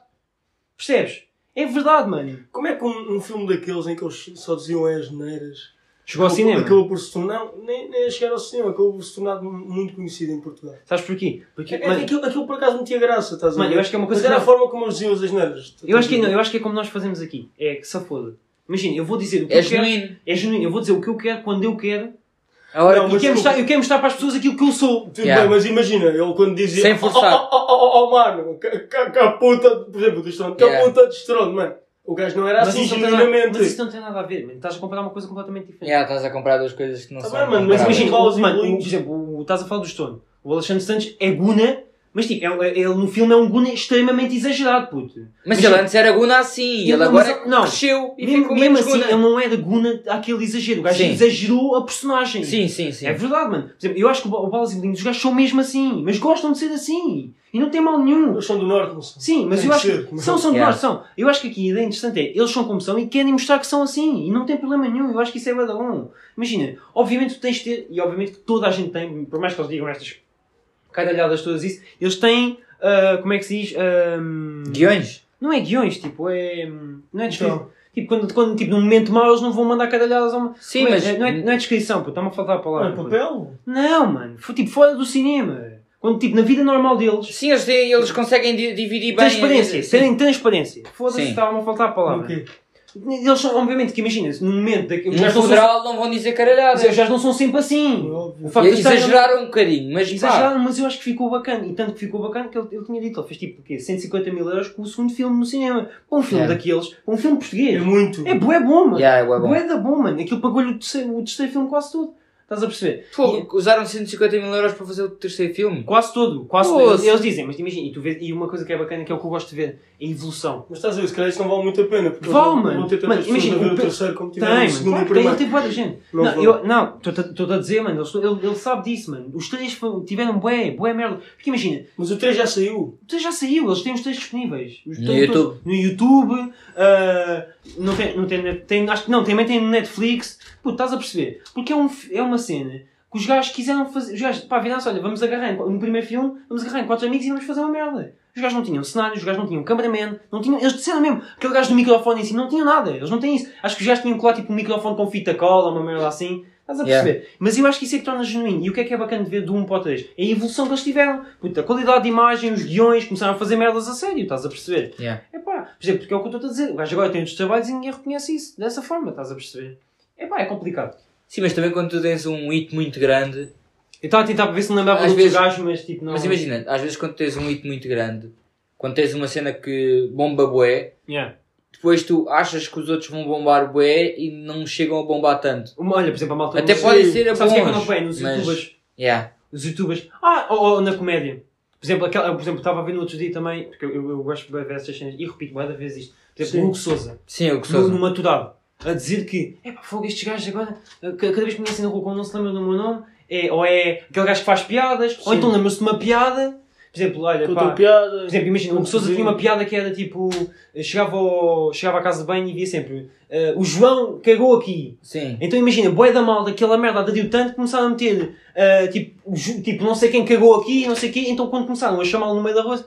Speaker 2: Percebes? É verdade, mano.
Speaker 1: Como é que um, um filme daqueles em que eles só diziam é as neiras
Speaker 2: Chegou ao
Speaker 1: acabou-
Speaker 2: cinema.
Speaker 1: acabou por se tornar. Não, nem, nem a chegar ao cinema, acabou por se tornar muito conhecido em Portugal.
Speaker 2: Sabes porquê? Porque,
Speaker 1: É,
Speaker 2: mano,
Speaker 1: aquilo, aquilo por acaso não tinha graça, estás a ver?
Speaker 2: Mano, eu acho que é uma coisa
Speaker 1: Mas era
Speaker 2: que
Speaker 1: a forma como eles diziam as asneiras. Tipo,
Speaker 2: Eu acho que não, eu acho que é como nós fazemos aqui. É que se foda. Imagina, eu vou dizer o que
Speaker 3: É
Speaker 2: eu quero.
Speaker 3: genuíno.
Speaker 2: É um genuíno, eu vou dizer o que eu quero quando eu quero.
Speaker 3: A hora
Speaker 1: Não,
Speaker 3: que-
Speaker 2: E
Speaker 1: Mas desculpa.
Speaker 2: quero mostrar, eu quero mostrar para as pessoas aquilo que eu sou.
Speaker 1: Tudo
Speaker 3: Yeah.
Speaker 1: bem, mas imagina, ele quando dizia.
Speaker 3: Sem forçar.
Speaker 1: Oh, oh, oh, oh, oh, mano, cá- cá cá a puta, por exemplo, do estrondo, cá a
Speaker 3: Yeah.
Speaker 1: puta de estrondo, mano. O gajo não era assim,
Speaker 2: isso não tem nada, mas
Speaker 1: genuinamente.
Speaker 2: isso não tem nada a ver, mano. Estás a comparar uma coisa completamente diferente.
Speaker 3: Yeah, estás a comprar duas coisas que não
Speaker 1: Tá
Speaker 3: são.
Speaker 1: bem, mano,
Speaker 2: Mas
Speaker 1: Bravo.
Speaker 2: imagina,
Speaker 1: Bravo.
Speaker 2: o, mano, o-
Speaker 1: Bravo.
Speaker 2: por exemplo, o, estás a falar do Stone. O Alexandre Santos é guna, mas tipo, é- é- ele no filme é um guna extremamente exagerado, puto.
Speaker 3: Mas ele antes era Guna assim,
Speaker 2: Ele-
Speaker 3: ele
Speaker 2: mas
Speaker 3: agora
Speaker 2: ele- não.
Speaker 3: cresceu e
Speaker 2: mesmo
Speaker 3: ficou
Speaker 2: mesmo
Speaker 3: menos
Speaker 2: assim,
Speaker 3: Guna.
Speaker 2: ele não era guna àquele exagero. O gajo
Speaker 3: Sim.
Speaker 2: exagerou a personagem.
Speaker 3: Sim, sim, sim.
Speaker 2: É verdade, mano. Por exemplo, eu acho que o Ba- o Balas e Bolinhos, os gajos são mesmo assim, mas gostam de ser assim. E não tem mal nenhum.
Speaker 1: Eles são do norte, não são?
Speaker 2: Sim, mas
Speaker 1: Tem
Speaker 2: eu
Speaker 1: que
Speaker 2: acho
Speaker 1: ser,
Speaker 2: que.
Speaker 1: como é
Speaker 2: São, são de
Speaker 3: Yeah.
Speaker 2: nós, são. Eu acho que aqui a ideia interessante é, eles são como são e querem mostrar que são assim. E não tem problema nenhum. Eu acho que isso é bué da bom. Imagina, obviamente tu tens de ter, e obviamente que toda a gente tem, por mais que eles digam estas caralhadas todas isso, eles têm, ah, como é que se diz? Ah,
Speaker 3: Guiões?
Speaker 2: Não é guiões, tipo, é. hum, Não é descrição.
Speaker 1: Então.
Speaker 2: Tipo, quando, quando tipo, num momento mau eles não vão mandar cadalhadas a uma.
Speaker 3: Sim,
Speaker 2: Como é?
Speaker 3: mas-
Speaker 2: Não é, não é descrição, pô, está-me a faltar a palavra.
Speaker 1: Não é
Speaker 2: pô.
Speaker 1: papel?
Speaker 2: Não, mano. Foi tipo fora do cinema. Quando, tipo, na vida normal deles.
Speaker 3: Sim, eles, têm- eles conseguem di- dividir Tipo, bem. eh,
Speaker 2: transparência.
Speaker 3: Sim.
Speaker 2: Terem transparência. Foda-se,
Speaker 3: Sim.
Speaker 2: estava-me a faltar a palavra.
Speaker 1: O quê?
Speaker 2: Eles são, obviamente, que imagina-se, no momento daquele. os
Speaker 3: Num
Speaker 2: gajos não são-
Speaker 3: funeral não vão dizer caralhadas.
Speaker 2: Os gajos não são sempre assim.
Speaker 1: É Óbvio.
Speaker 2: O facto de eles estarem-
Speaker 3: Exageraram um bocadinho, mas pá,
Speaker 2: Exageraram, mas eu acho que ficou bacana. E tanto que ficou bacana que ele, ele tinha dito, ele fez tipo o quê? 150 mil euros com o segundo filme no cinema. Para um filme
Speaker 3: Yeah. Uhum.
Speaker 2: daqueles, para um filme
Speaker 1: É
Speaker 2: português.
Speaker 1: muito.
Speaker 2: É bué bom, mano.
Speaker 3: yeah, é bué bom.
Speaker 2: Bué da bom, mano. Aquilo pagou-lhe o terceiro, o terceiro filme quase todo. Estás a perceber?
Speaker 3: Pô, usaram 150 mil euros para fazer o terceiro filme.
Speaker 2: Quase todo. Quase
Speaker 3: Pô,
Speaker 2: todo. Eles,
Speaker 3: se-
Speaker 2: eles dizem, mas imagina, e, tu vês, e uma coisa que é bacana que é o que eu gosto de ver, a evolução.
Speaker 1: Mas estás a ver, se calhar isso não vale muito a pena. Porque
Speaker 2: Vale,
Speaker 1: não
Speaker 2: mano.
Speaker 1: Vão ter tantas
Speaker 2: Mano,
Speaker 1: pessoas
Speaker 2: imagina,
Speaker 1: a ver
Speaker 2: o
Speaker 1: o
Speaker 2: pe-
Speaker 1: terceiro como
Speaker 2: Tem,
Speaker 1: tiveram o
Speaker 2: mano.
Speaker 1: segundo e o
Speaker 2: Claro, tem, ele
Speaker 1: primeiro.
Speaker 2: tem bué da gente.
Speaker 1: Não
Speaker 2: Não,
Speaker 1: vale.
Speaker 2: eu- Não, estou a dizer, mano, ele, ele- ele sabe disso, mano. Os três foram- tiveram bué, bué merda. Porque imagina,
Speaker 1: Mas o 3 já saiu.
Speaker 2: Tu já saiu, eles têm os textos disponíveis. Os
Speaker 3: No
Speaker 2: têm
Speaker 3: YouTube.
Speaker 2: todos. No YouTube. ah, não tem, não tem, net- tem- acho que não, também tem no Netflix. Pô, estás a perceber? Porque é, um, f- é uma cena que os gajos quiseram fazer. Os gajos, pá, viram-se, olha, vamos agarrar em qu- no primeiro filme, vamos agarrar em quatro amigos e vamos fazer uma merda. Os gajos não tinham cenários, os gajos não tinham cameraman, não tinham. Eles disseram mesmo, aquele gajo do microfone em cima não tinha nada, eles não têm isso. Acho que os gajos tinham que lá tipo um microfone com fita cola, uma merda assim. Estás a
Speaker 3: Yeah.
Speaker 2: perceber? Mas eu acho que isso é que torna genuíno. E o que é que é bacana de ver do 1 para o 3? É a evolução que eles tiveram. Puta, a qualidade de imagem, os guiões, começaram a fazer merdas a sério, estás a perceber?
Speaker 3: Yeah.
Speaker 2: É pá, por exemplo, porque é o que eu estou a dizer. O gajo agora tem outros trabalhos e ninguém reconhece isso. Dessa forma, estás a perceber? É pá, é complicado.
Speaker 3: Sim, mas também quando tu tens um hit muito grande.
Speaker 2: Eu estava a tentar ver se não lembrava
Speaker 3: Às
Speaker 2: de outros
Speaker 3: vezes-
Speaker 2: gajos, mas tipo, não.
Speaker 3: Mas imagina, às vezes quando tens um hit muito grande, quando tens uma cena que bomba bué,
Speaker 2: Yeah.
Speaker 3: depois tu achas que os outros vão bombar bué e não chegam a bombar tanto.
Speaker 2: Uma- Olha, por exemplo, a malta.
Speaker 3: Até
Speaker 2: nos-
Speaker 3: podem ser a
Speaker 2: Sabes o que é que eu não
Speaker 3: bons.
Speaker 2: ponho? Nos
Speaker 3: mas-
Speaker 2: youtubers.
Speaker 3: Yeah.
Speaker 2: os youtubers. Ah, ou, ou na comédia. Por exemplo, aquela, por exemplo, estava a ver no outro dia também, porque eu, eu, eu gosto de ver essas cenas e repito bué da vez isto. Por exemplo,
Speaker 1: Sim.
Speaker 2: o Hugo Souza,
Speaker 3: Sim, o que
Speaker 2: no,
Speaker 3: sou.
Speaker 2: no Maturado, a dizer que, é pá, fogo, estes gajos agora, eh, ca- cada vez que me assim na rua, como não se lembra do meu nome, é, ou é aquele gajo que faz piadas, ou
Speaker 1: Sim.
Speaker 2: então lembra-se de uma piada. Por exemplo, olha,
Speaker 1: Contou
Speaker 2: pá,
Speaker 1: piada.
Speaker 2: por exemplo, imagina, o Hugo Souza
Speaker 1: Sim.
Speaker 2: tinha uma piada que era tipo, eh, chegava, ao, chegava à casa de banho e via sempre, eh, o João cagou aqui.
Speaker 3: Sim.
Speaker 2: Então imagina, boé da malda, aquela merda aderiu tanto que começaram a meter, ah, tipo, ju- tipo, não sei quem cagou aqui, não sei quê, então quando começaram a chamá-lo no meio da rua,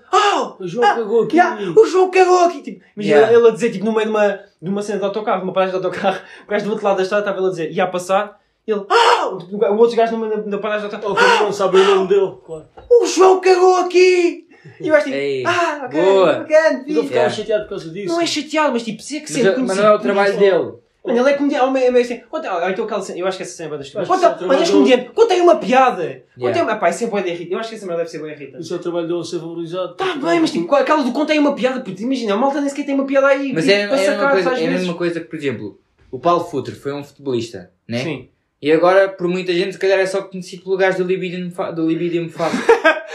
Speaker 2: oh,
Speaker 1: O João cagou aqui.
Speaker 2: yeah, o João cagou aqui, tipo, imagina
Speaker 3: Yeah.
Speaker 2: ele a dizer, tipo, no meio de uma, de uma cena de autocarro, de uma paragem de autocarro, o gajo do outro lado da estrada estava ele a dizer, ia a passar, ele, oh, o outro gajo no meio da, da paragem de autocarro,
Speaker 1: Ou quando não sabe o nome dele, claro.
Speaker 2: o João cagou aqui! E o gajo tipo,
Speaker 3: Ei.
Speaker 2: ah, ok,
Speaker 3: Boa.
Speaker 2: bacana,
Speaker 1: Mas eu
Speaker 2: fixe.
Speaker 1: ficava
Speaker 3: Yeah.
Speaker 1: chateado por causa disso.
Speaker 2: Não é chateado, mas tipo, se é que
Speaker 3: Mas,
Speaker 2: sempre
Speaker 3: mas não é o trabalho dele.
Speaker 2: Mano, ele é comediante. Ou é meio assim. Conta, ou então aquela cena- eu acho que essa cena é bué das
Speaker 1: Acho que
Speaker 2: Conta,
Speaker 1: isso é um
Speaker 2: olha, és
Speaker 1: trabalho
Speaker 2: comediante. Conta aí uma piada. Conta aí
Speaker 3: Yeah.
Speaker 2: uma. Pá, isso é boa de irritante. Eu acho que essa merda deve ser boa irritante.
Speaker 1: Isso é o trabalho dele ser valorizado.
Speaker 2: Tá bem, mas tipo, com aquela do conta aí uma piada. Puto, imagina, a malta nem sequer tem uma piada aí.
Speaker 3: Mas
Speaker 2: tipo,
Speaker 3: é, é, a
Speaker 2: para
Speaker 3: mesma
Speaker 2: sacar,
Speaker 3: coisa,
Speaker 2: às
Speaker 3: é a
Speaker 2: vezes.
Speaker 3: mesma coisa que, por exemplo, o Paulo Futre foi um futebolista, né?
Speaker 2: Sim.
Speaker 3: E agora, por muita gente, se calhar é só conhecido pelo gajo do Libidium, fa do libidium Fácil.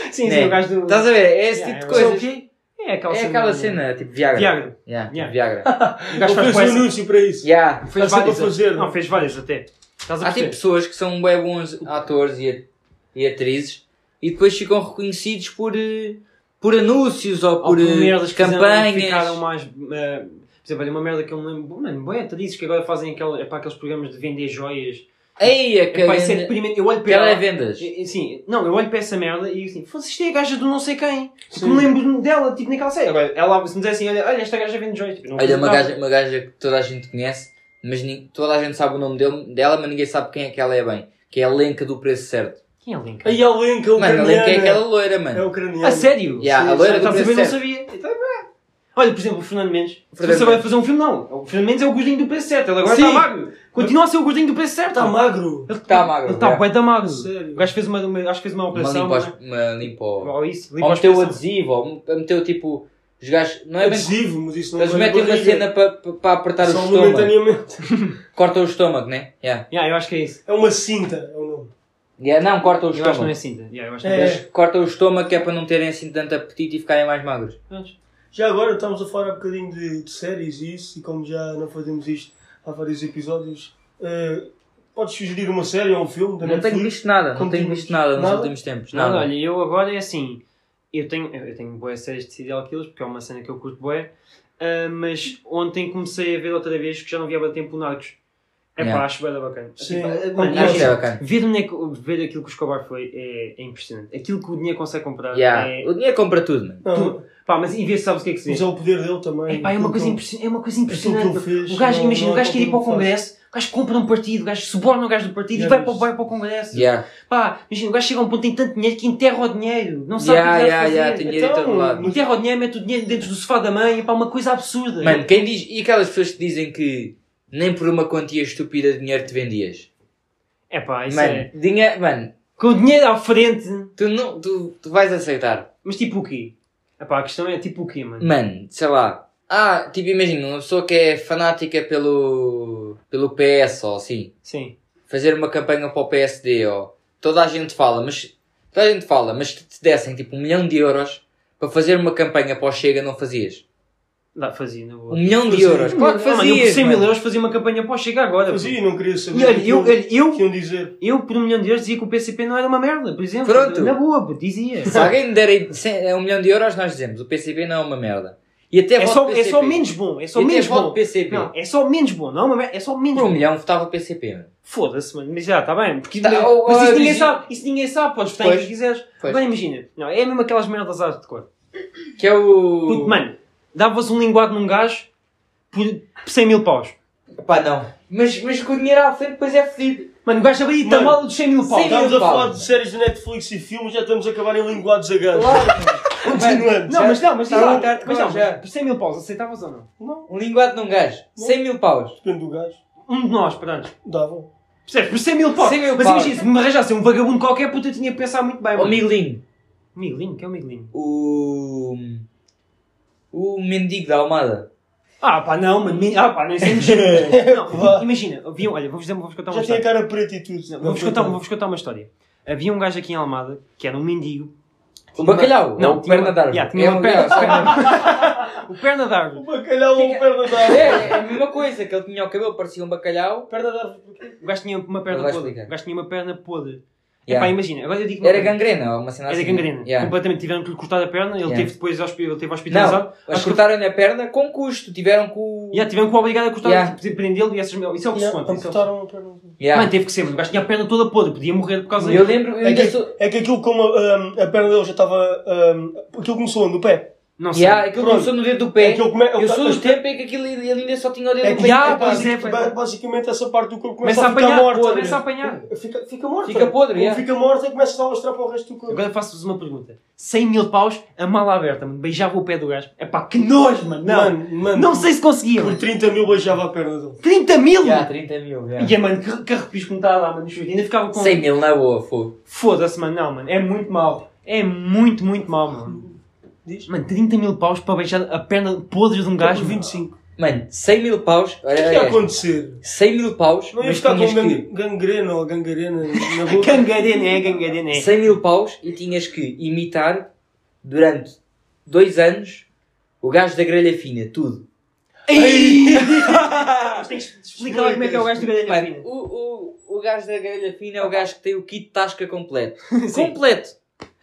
Speaker 2: Sim, sim,
Speaker 3: Né?
Speaker 2: o gajo do.
Speaker 3: Estás a ver? É esse
Speaker 2: Yeah,
Speaker 3: tipo de
Speaker 2: mas é o
Speaker 3: coisas.
Speaker 2: quê? É aquela
Speaker 3: É
Speaker 2: cena.
Speaker 3: aquela cena, tipo Viagra.
Speaker 2: Viagra.
Speaker 3: Yeah, tipo
Speaker 2: Yeah.
Speaker 3: Viagra.
Speaker 2: É. O
Speaker 1: Ele
Speaker 2: gajo faz
Speaker 1: fez
Speaker 2: bué
Speaker 1: um
Speaker 2: essa-
Speaker 1: anúncio para isso.
Speaker 3: Yeah.
Speaker 2: Fez
Speaker 1: Está sempre
Speaker 2: várias.
Speaker 1: a fazer,
Speaker 2: Não,
Speaker 1: não?
Speaker 2: fez várias até. Estás a
Speaker 3: Há tipo
Speaker 2: perceber?
Speaker 3: pessoas que são bem bons atores e, a- e atrizes e depois ficam reconhecidos por, eh, por anúncios ou
Speaker 2: Ou
Speaker 3: por, eh,
Speaker 2: merdas que fizeram- ficaram
Speaker 3: campanhas.
Speaker 2: mais. eh, por exemplo, olha, uma merda que eu me lembro. Mano, boé, atrizes que agora fazem aquela, epá, aqueles programas de vender joias.
Speaker 3: Ei, a
Speaker 2: Epá, isso é
Speaker 3: caganda-
Speaker 2: deprimente. Eu olho para ela.
Speaker 3: televendas.
Speaker 2: e- e- Sim, não, eu olho para essa merda e digo assim, foda-se, isto é a gaja do não sei quem. Porque me lembro dela, tipo, naquela série. Agora, ela se me dizer assim, olha, olha, esta gaja vende joias. Tipo, não
Speaker 3: Olha, uma
Speaker 2: acreditava.
Speaker 3: gaja, uma gaja que toda a gente conhece, mas nin- toda a gente sabe o nome dele- dela, mas ninguém sabe quem é que ela é bem. Que é a Lenca do Preço Certo.
Speaker 2: Quem é a Linka?
Speaker 1: Aí a Lenka, o
Speaker 3: Mano, a Lenca é aquela
Speaker 1: ucraniano.
Speaker 3: loira, mano.
Speaker 1: É ucraniano.
Speaker 2: A sério?
Speaker 3: Yeah, a
Speaker 2: Sim,
Speaker 3: loira do
Speaker 2: estava a saber, não
Speaker 3: preço
Speaker 2: sabia. Então, vá. Olha, por exemplo, o Fernando Mendes. Se
Speaker 3: Fernando
Speaker 2: você vai
Speaker 3: Mendes.
Speaker 2: fazer um filme, não. O Fernando Mendes é o gordinho do preço certo. Ele agora
Speaker 1: Sim.
Speaker 2: está magro. Continua a ser o gordinho do preço certo.
Speaker 1: Está magro.
Speaker 2: Ele
Speaker 3: Tá magro,
Speaker 2: Ele está
Speaker 3: yeah.
Speaker 2: bué da magro.
Speaker 1: Sério.
Speaker 2: O gajo fez uma, uma- acho que fez uma
Speaker 3: Uma
Speaker 2: operação.
Speaker 3: limpa,
Speaker 2: não é?
Speaker 3: aos- uma limpa ao-
Speaker 2: Ou isso,
Speaker 3: ou
Speaker 2: limpa
Speaker 3: meteu
Speaker 2: a
Speaker 3: adesivo, ou meteu tipo. Os gajos. Não é bem.
Speaker 1: Adesivo, mas isso não
Speaker 3: Eles
Speaker 1: vai
Speaker 3: metem uma
Speaker 1: barriga.
Speaker 3: cena para apertar
Speaker 1: Só um
Speaker 3: o estômago.
Speaker 1: momentaneamente.
Speaker 3: Corta o estômago, né? Yeah.
Speaker 2: Yeah, eu acho que é isso.
Speaker 1: É uma cinta, é o nome.
Speaker 3: Yeah, não, corta o
Speaker 2: Eu acho que não é
Speaker 3: estômago.
Speaker 2: cinta. Yeah, eu acho que
Speaker 1: É.
Speaker 2: não é.
Speaker 3: Eles cortam o estômago que é para não terem assim tanto apetite e ficarem mais magros.
Speaker 2: Pronto.
Speaker 1: Já agora estamos a falar um bocadinho de, de séries e isso, e como já não fazemos isto há vários episódios, eh, podes sugerir uma série ou um filme da
Speaker 3: Não tenho
Speaker 1: Netflix?
Speaker 3: visto nada, não
Speaker 1: Como
Speaker 3: tenho
Speaker 1: diz-
Speaker 3: visto nada nos
Speaker 1: nada?
Speaker 3: últimos tempos.
Speaker 2: Nada,
Speaker 3: Nada.
Speaker 2: olha, eu agora é assim. Eu tenho, eu tenho boas séries de serial killers, porque é uma cena que eu curto boé. mas ontem comecei a ver outra vez, que já não via há bué tempo, o Narcos. É pá,
Speaker 3: Yeah.
Speaker 2: acho bem bacana.
Speaker 1: Sim.
Speaker 2: Tipo, é-
Speaker 1: Não,
Speaker 2: mano,
Speaker 1: Narcos
Speaker 3: Ah, isso é
Speaker 2: imagina,
Speaker 3: bacana.
Speaker 2: ver, onde é que- ver aquilo que o Escobar foi é, é impressionante. Aquilo que o dinheiro consegue comprar
Speaker 3: Yeah.
Speaker 2: é...
Speaker 3: O dinheiro compra tudo, mano.
Speaker 1: Não,
Speaker 2: Pá, mas e vê se sabes o que é que se
Speaker 1: Mas
Speaker 2: vê.
Speaker 1: é o poder dele também.
Speaker 2: É, pá, é, uma
Speaker 1: Aquilo que
Speaker 2: coisa
Speaker 1: ele-
Speaker 2: impression- é uma coisa
Speaker 1: aquilo que
Speaker 2: impressionante.
Speaker 1: ele fez,
Speaker 2: o gajo,
Speaker 1: não-
Speaker 2: imagina,
Speaker 1: não
Speaker 2: o
Speaker 1: é
Speaker 2: gajo quer ir para o
Speaker 1: qualquer um que
Speaker 2: Congresso, o gajo compra um partido, o gajo suborna o gajo do partido
Speaker 1: Yeah,
Speaker 2: e vai para, o-
Speaker 1: mas-
Speaker 2: vai para o Congresso.
Speaker 3: Yeah.
Speaker 2: Pá, imagina, o gajo chega a um ponto, tem tanto dinheiro que enterra o dinheiro, não sabe
Speaker 3: Yeah,
Speaker 2: o que vai
Speaker 3: yeah,
Speaker 2: fazer.
Speaker 3: yeah, tem dinheiro em
Speaker 1: Então,
Speaker 3: todo lado.
Speaker 1: mas-
Speaker 2: Enterra o dinheiro, mete o dinheiro dentro do sofá da mãe, é pá, uma coisa absurda.
Speaker 3: Mano, quem diz. E aquelas pessoas que dizem que nem por uma quantia estúpida de dinheiro te vendias?
Speaker 2: é pá, isso
Speaker 3: mano,
Speaker 2: é.
Speaker 3: dinheiro. Mano,
Speaker 2: Com o dinheiro à frente,
Speaker 3: tu, não, tu, tu vais aceitar.
Speaker 2: mas tipo o quê? É pá, a questão é tipo o quê, mano?
Speaker 3: Mano, sei lá. Ah, tipo, imagina, uma pessoa que é fanática pelo. pelo PS ou assim.
Speaker 2: Sim.
Speaker 3: fazer uma campanha para o PSD ou toda a gente fala, mas toda a gente fala, mas se te dessem tipo um milhão de euros para fazer uma campanha para o Chega não fazias.
Speaker 2: Dá, fazia, na boa.
Speaker 3: Um milhão de
Speaker 1: Fazia.
Speaker 3: euros, claro que
Speaker 2: Ah, mano, eu por
Speaker 3: fazias.
Speaker 2: 100 mil
Speaker 3: mano.
Speaker 2: euros fazia uma campanha para chegar agora. pô.
Speaker 1: Fazia e não queria saber.
Speaker 2: E olha, eu,
Speaker 1: o que iam-
Speaker 2: olha, eu,
Speaker 1: o que iam dizer.
Speaker 2: eu, por um milhão de euros dizia que o PCP não era uma merda, por exemplo.
Speaker 3: Pronto.
Speaker 2: Na boa, pô, dizia.
Speaker 3: Se alguém me derem cem- um milhão de euros, nós dizemos o PCB não é uma merda. E até
Speaker 2: É
Speaker 3: voto
Speaker 2: só, é
Speaker 3: PCP.
Speaker 2: só menos bom, é só
Speaker 3: E até
Speaker 2: menos
Speaker 3: voto
Speaker 2: bom.
Speaker 3: PCP.
Speaker 2: Não, é só menos bom, não é uma merda, é só menos
Speaker 3: Por um
Speaker 2: bom.
Speaker 3: milhão votava PCP. mano.
Speaker 2: Foda-se, mano, mas já, está bem. Porque,
Speaker 3: Tá,
Speaker 2: mas
Speaker 3: ou-
Speaker 2: isso,
Speaker 3: ou
Speaker 2: ninguém
Speaker 3: dizia-
Speaker 2: sabe, isso ninguém sabe, podes votar em quem
Speaker 3: Pois.
Speaker 2: quiseres.
Speaker 3: Pois.
Speaker 2: Bem, imagina, não, é mesmo aquelas merdas às de cor.
Speaker 3: Que é o.
Speaker 2: Puto, mano, davas um linguado num gajo por 100 mil paus.
Speaker 3: Pá, não. Mas, mas com o dinheiro à frente depois é fedido.
Speaker 2: Mano, o gajo abria
Speaker 1: Mano,
Speaker 2: tamala dos 100 mil paus.
Speaker 3: sim,
Speaker 1: Estávamos a
Speaker 3: Paulo.
Speaker 1: falar de séries de Netflix e filmes, já estamos a acabar em linguados a gancho. Continuando.
Speaker 2: Não, mas não, mas
Speaker 3: Tá
Speaker 2: diz lá,
Speaker 3: bom, tá
Speaker 2: mas
Speaker 3: bom,
Speaker 2: não,
Speaker 3: já.
Speaker 2: por 100 mil paus, aceitavas ou não?
Speaker 1: Não,
Speaker 3: Um linguado num gajo, 100 mil paus.
Speaker 1: depende do gajo.
Speaker 2: Um de nós, pronto.
Speaker 1: Dava.
Speaker 2: Então, Percebes? Por 100 mil paus.
Speaker 3: 100 mil
Speaker 2: mas
Speaker 3: paus.
Speaker 2: imagina, se me arranjassem um vagabundo qualquer, puta, eu tinha que pensar muito bem.
Speaker 3: Ou
Speaker 2: mano.
Speaker 3: milinho.
Speaker 2: Miguelinho, que é o Miguelinho?
Speaker 3: o. O mendigo da Almada.
Speaker 2: Ah pá, não, mano. mi- Ah pá, nem sei mexer. Não, imagina, havia, olha, vou-vos vou
Speaker 1: Já
Speaker 2: contar uma
Speaker 1: tinha
Speaker 2: história.
Speaker 1: cara preta e tudo.
Speaker 2: Não, Vou-vos contar, vou contar uma história. Havia um gajo aqui em Almada, que era um mendigo.
Speaker 3: O bacalhau.
Speaker 2: Não,
Speaker 3: Não, o
Speaker 2: tinha
Speaker 3: perna
Speaker 2: uma-
Speaker 3: d'árvore.
Speaker 2: Yeah, tinha
Speaker 3: é
Speaker 2: uma
Speaker 3: um-
Speaker 2: perna-
Speaker 3: é, Ah.
Speaker 2: O perna d'árvore.
Speaker 1: O bacalhau ou o perna da
Speaker 3: É,
Speaker 1: árvore.
Speaker 3: é a mesma coisa, que ele tinha o cabelo, parecia um bacalhau.
Speaker 1: Perna da árvore porquê?
Speaker 2: O gajo tinha uma perna
Speaker 3: Ele vai
Speaker 2: podre.
Speaker 3: explicar.
Speaker 2: O gajo tinha uma perna podre.
Speaker 3: Yeah.
Speaker 2: Epá, imagina, agora eu digo uma
Speaker 3: Era
Speaker 2: coisa.
Speaker 3: gangrena, ou uma cena
Speaker 2: Era
Speaker 3: assim.
Speaker 2: gangrena.
Speaker 3: Yeah.
Speaker 2: Completamente tiveram que lhe cortar a perna, ele
Speaker 3: Yeah.
Speaker 2: teve depois hospi- ele teve hospitalizado.
Speaker 3: Não,
Speaker 2: Acho
Speaker 3: mas
Speaker 2: que-
Speaker 3: cortaram-lhe a perna com custo, tiveram com.
Speaker 2: Yeah, tiveram que o obrigar a cortar,
Speaker 3: Yeah.
Speaker 2: tipo, prendê-lo e essas Isso é o que se
Speaker 1: Não,
Speaker 2: conta. isso é o que se conta.
Speaker 1: Amputaram a perna.
Speaker 3: Yeah.
Speaker 2: Mano, teve que ser, mano. O gajo tinha a perna toda podre, podia morrer por causa
Speaker 3: eu lembro, eu
Speaker 1: É
Speaker 3: ainda
Speaker 1: que,
Speaker 3: sou.
Speaker 1: é que aquilo como ahm, a perna dele já estava. ahm, aquilo começou no pé.
Speaker 2: Não sei.
Speaker 3: Yeah, aquilo
Speaker 1: Pronto.
Speaker 3: começou no dedo do pé.
Speaker 1: É que eu come- eu-
Speaker 3: Eu sou
Speaker 1: as-
Speaker 3: do tempo em que aquilo ele ainda só tinha o dedo
Speaker 1: É
Speaker 3: do
Speaker 1: que
Speaker 3: pé.
Speaker 2: Yeah,
Speaker 1: é
Speaker 2: pois
Speaker 1: basic-
Speaker 2: é, pois
Speaker 1: ba-
Speaker 2: é.
Speaker 1: basicamente essa parte do corpo
Speaker 2: Começa
Speaker 1: começa,
Speaker 2: a apanhar,
Speaker 1: ficar morta. né?
Speaker 2: pô, começa a apanhar. é.
Speaker 1: Fica, fica morta.
Speaker 3: Fica podre,
Speaker 1: Como
Speaker 3: yeah.
Speaker 1: Fica morta e começa a mostrar para o resto do corpo.
Speaker 2: Agora faço-vos uma pergunta. 100 mil paus, a mala aberta, mano. Beijava o pé do gajo. É pá, que nojo, mano. Não,
Speaker 1: Mano, mano.
Speaker 2: não sei se conseguia,
Speaker 1: Por
Speaker 2: mano.
Speaker 1: 30 mil beijava a perna dele.
Speaker 2: 30 mil?
Speaker 3: Yeah,
Speaker 2: mano.
Speaker 3: 30 mil.
Speaker 2: E é, mano, que, que arrepios que me está a dar, mano. no joelho. Ainda ficava com...
Speaker 3: 100 mil na boa, fogo.
Speaker 2: Foda-se, mano. Não, mano. É muito mau. É muito, muito mau, mano.
Speaker 1: Diz?
Speaker 2: Mano, 30 mil paus para beijar a perna podre de um gajo.
Speaker 1: Por 25.
Speaker 3: Mano, 100 mil paus.
Speaker 1: O que
Speaker 3: Olha,
Speaker 1: é que ia
Speaker 3: olha,
Speaker 1: acontecer?
Speaker 3: 100 mil paus.
Speaker 1: Não ia
Speaker 3: mas
Speaker 1: ficar com
Speaker 3: tinhas que-
Speaker 1: gang- gangrena ou gangrena na boca?
Speaker 2: Gangarena é, gangarena é.
Speaker 3: 100 mil paus e tinhas que imitar durante dois anos o gajo da grelha fina, tudo.
Speaker 2: Mas tens de explicar lá como é que é o gajo do gangarena.
Speaker 3: Mano,
Speaker 2: fina.
Speaker 3: o, o, o gajo da grelha fina é o gajo que tem o kit de tasca completo.
Speaker 2: Sim.
Speaker 3: completo!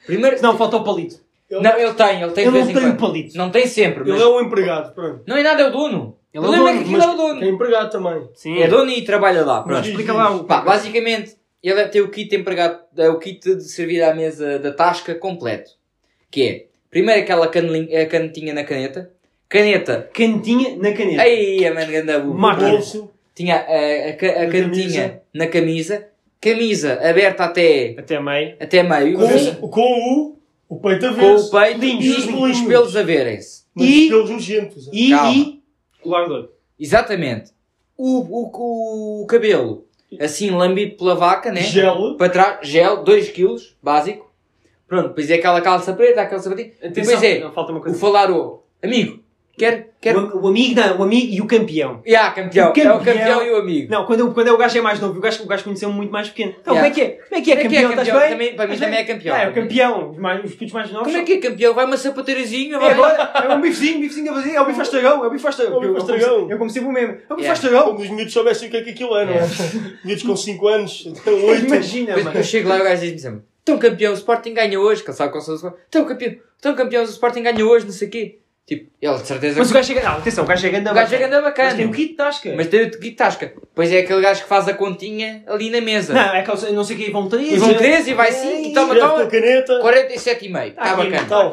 Speaker 3: Primeiro.
Speaker 2: Não, falta o palito.
Speaker 3: Não, ele tem, ele tem
Speaker 2: Ele
Speaker 3: de vez
Speaker 2: não
Speaker 3: em
Speaker 2: tem o
Speaker 3: quando.
Speaker 2: palito.
Speaker 3: Não tem sempre, mas.
Speaker 1: Ele é um empregado, pronto.
Speaker 3: Não é nada, é o dono.
Speaker 2: Ele
Speaker 3: Ele
Speaker 2: é
Speaker 3: é
Speaker 2: o dono,
Speaker 3: que aquilo
Speaker 2: mas
Speaker 3: é o
Speaker 1: É
Speaker 3: dono.
Speaker 1: empregado também.
Speaker 2: Sim.
Speaker 3: É dono e trabalha lá,
Speaker 1: Mas
Speaker 3: pronto.
Speaker 2: Explica lá o...
Speaker 3: Pá, basicamente, ele deve ter o kit empregado, é o kit de servir à mesa da tasca completo. Que é, primeiro aquela canelinha, a canetinha na caneta, caneta,
Speaker 2: Cantinha na caneta.
Speaker 3: aí a mano ganda burro.
Speaker 1: O
Speaker 2: Máquina.
Speaker 1: bolso.
Speaker 3: Tinha a, a, ca- a
Speaker 1: Na
Speaker 3: canetinha
Speaker 1: camisa.
Speaker 3: na camisa, camisa aberta até,
Speaker 2: Até meio.
Speaker 3: até meio,
Speaker 1: Com,
Speaker 3: com,
Speaker 1: com o, o peito a
Speaker 3: com
Speaker 1: ver.
Speaker 3: o peito
Speaker 1: Lindos,
Speaker 3: e
Speaker 1: lindos.
Speaker 3: os pelos a verem-se.
Speaker 1: Mas
Speaker 2: E-
Speaker 1: pelos nojentos.
Speaker 2: E...
Speaker 3: Calma.
Speaker 2: e... Colar de ouro.
Speaker 3: Exatamente. O, o, o cabelo, assim lambido pela vaca, né?
Speaker 1: Gel.
Speaker 3: para trás, gel, 2kg, básico. Pronto, depois é aquela calça preta, aquela sapatilha.
Speaker 2: Atenção,
Speaker 3: Depois é
Speaker 2: não, falta uma
Speaker 3: o
Speaker 2: coisa.
Speaker 3: falar o amigo, quer, quer.
Speaker 2: O, o amigo não, o amigo e o campeão.
Speaker 3: Yeah, campeão.
Speaker 2: o campeão-
Speaker 3: é o campeão e o amigo.
Speaker 2: Não, quando, é o- quando é o gajo é mais novo, o gajo, o gajo conheceu-me muito mais pequeno. Então, como
Speaker 3: Yeah.
Speaker 2: é que é? Como é que é,
Speaker 3: Como é que é
Speaker 2: campeão? Estás
Speaker 3: campeão?
Speaker 2: bem?
Speaker 3: Também- para mim
Speaker 2: Estás
Speaker 3: também
Speaker 2: bem?
Speaker 3: é campeão.
Speaker 2: Ah, é o campeão. Os, mais, os putos mais novos.
Speaker 3: Como é que é campeão? Vai uma sapateirazinha,
Speaker 2: É
Speaker 3: vai
Speaker 2: agora, é um bifezinho, bifezinho a fazer, é o bife ao estragão, é o bife ao estragão.
Speaker 1: É o bife ao
Speaker 2: Eu- eu
Speaker 1: estragão.
Speaker 2: comecei- Eu comecei o mesmo, é o bife ao
Speaker 3: Yeah.
Speaker 2: estragão.
Speaker 1: Como os miúdos soubessem o que é que aquilo é, não é? miúdos com 5 anos, 8.
Speaker 2: Imagina,
Speaker 3: Depois
Speaker 2: mano.
Speaker 3: eu chego lá e o gajo diz-me sempre: Tão campeão, o Sporting ganha hoje, que ele sabe qual são os Tão "Então, campeão, tão campeão, o Sporting ganha hoje, não sei o quê. Tipo, ele de certeza.
Speaker 2: Mas o gajo chega, não, atenção, o gajo chega andando.
Speaker 3: o gajo é grande bacana.
Speaker 2: Mas tem o kit de tasca.
Speaker 3: Mas tem o kit de tasca. Pois é aquele gajo que faz a continha ali na mesa.
Speaker 2: Não, é que eu não sei o que, vão três. né? É,
Speaker 3: E vão três e vai cinco e toma,
Speaker 1: Escreve com a caneta.
Speaker 3: toma. 47,5.
Speaker 2: Tá
Speaker 3: Está
Speaker 2: Aqui,
Speaker 3: Tá bacana.
Speaker 1: Tal.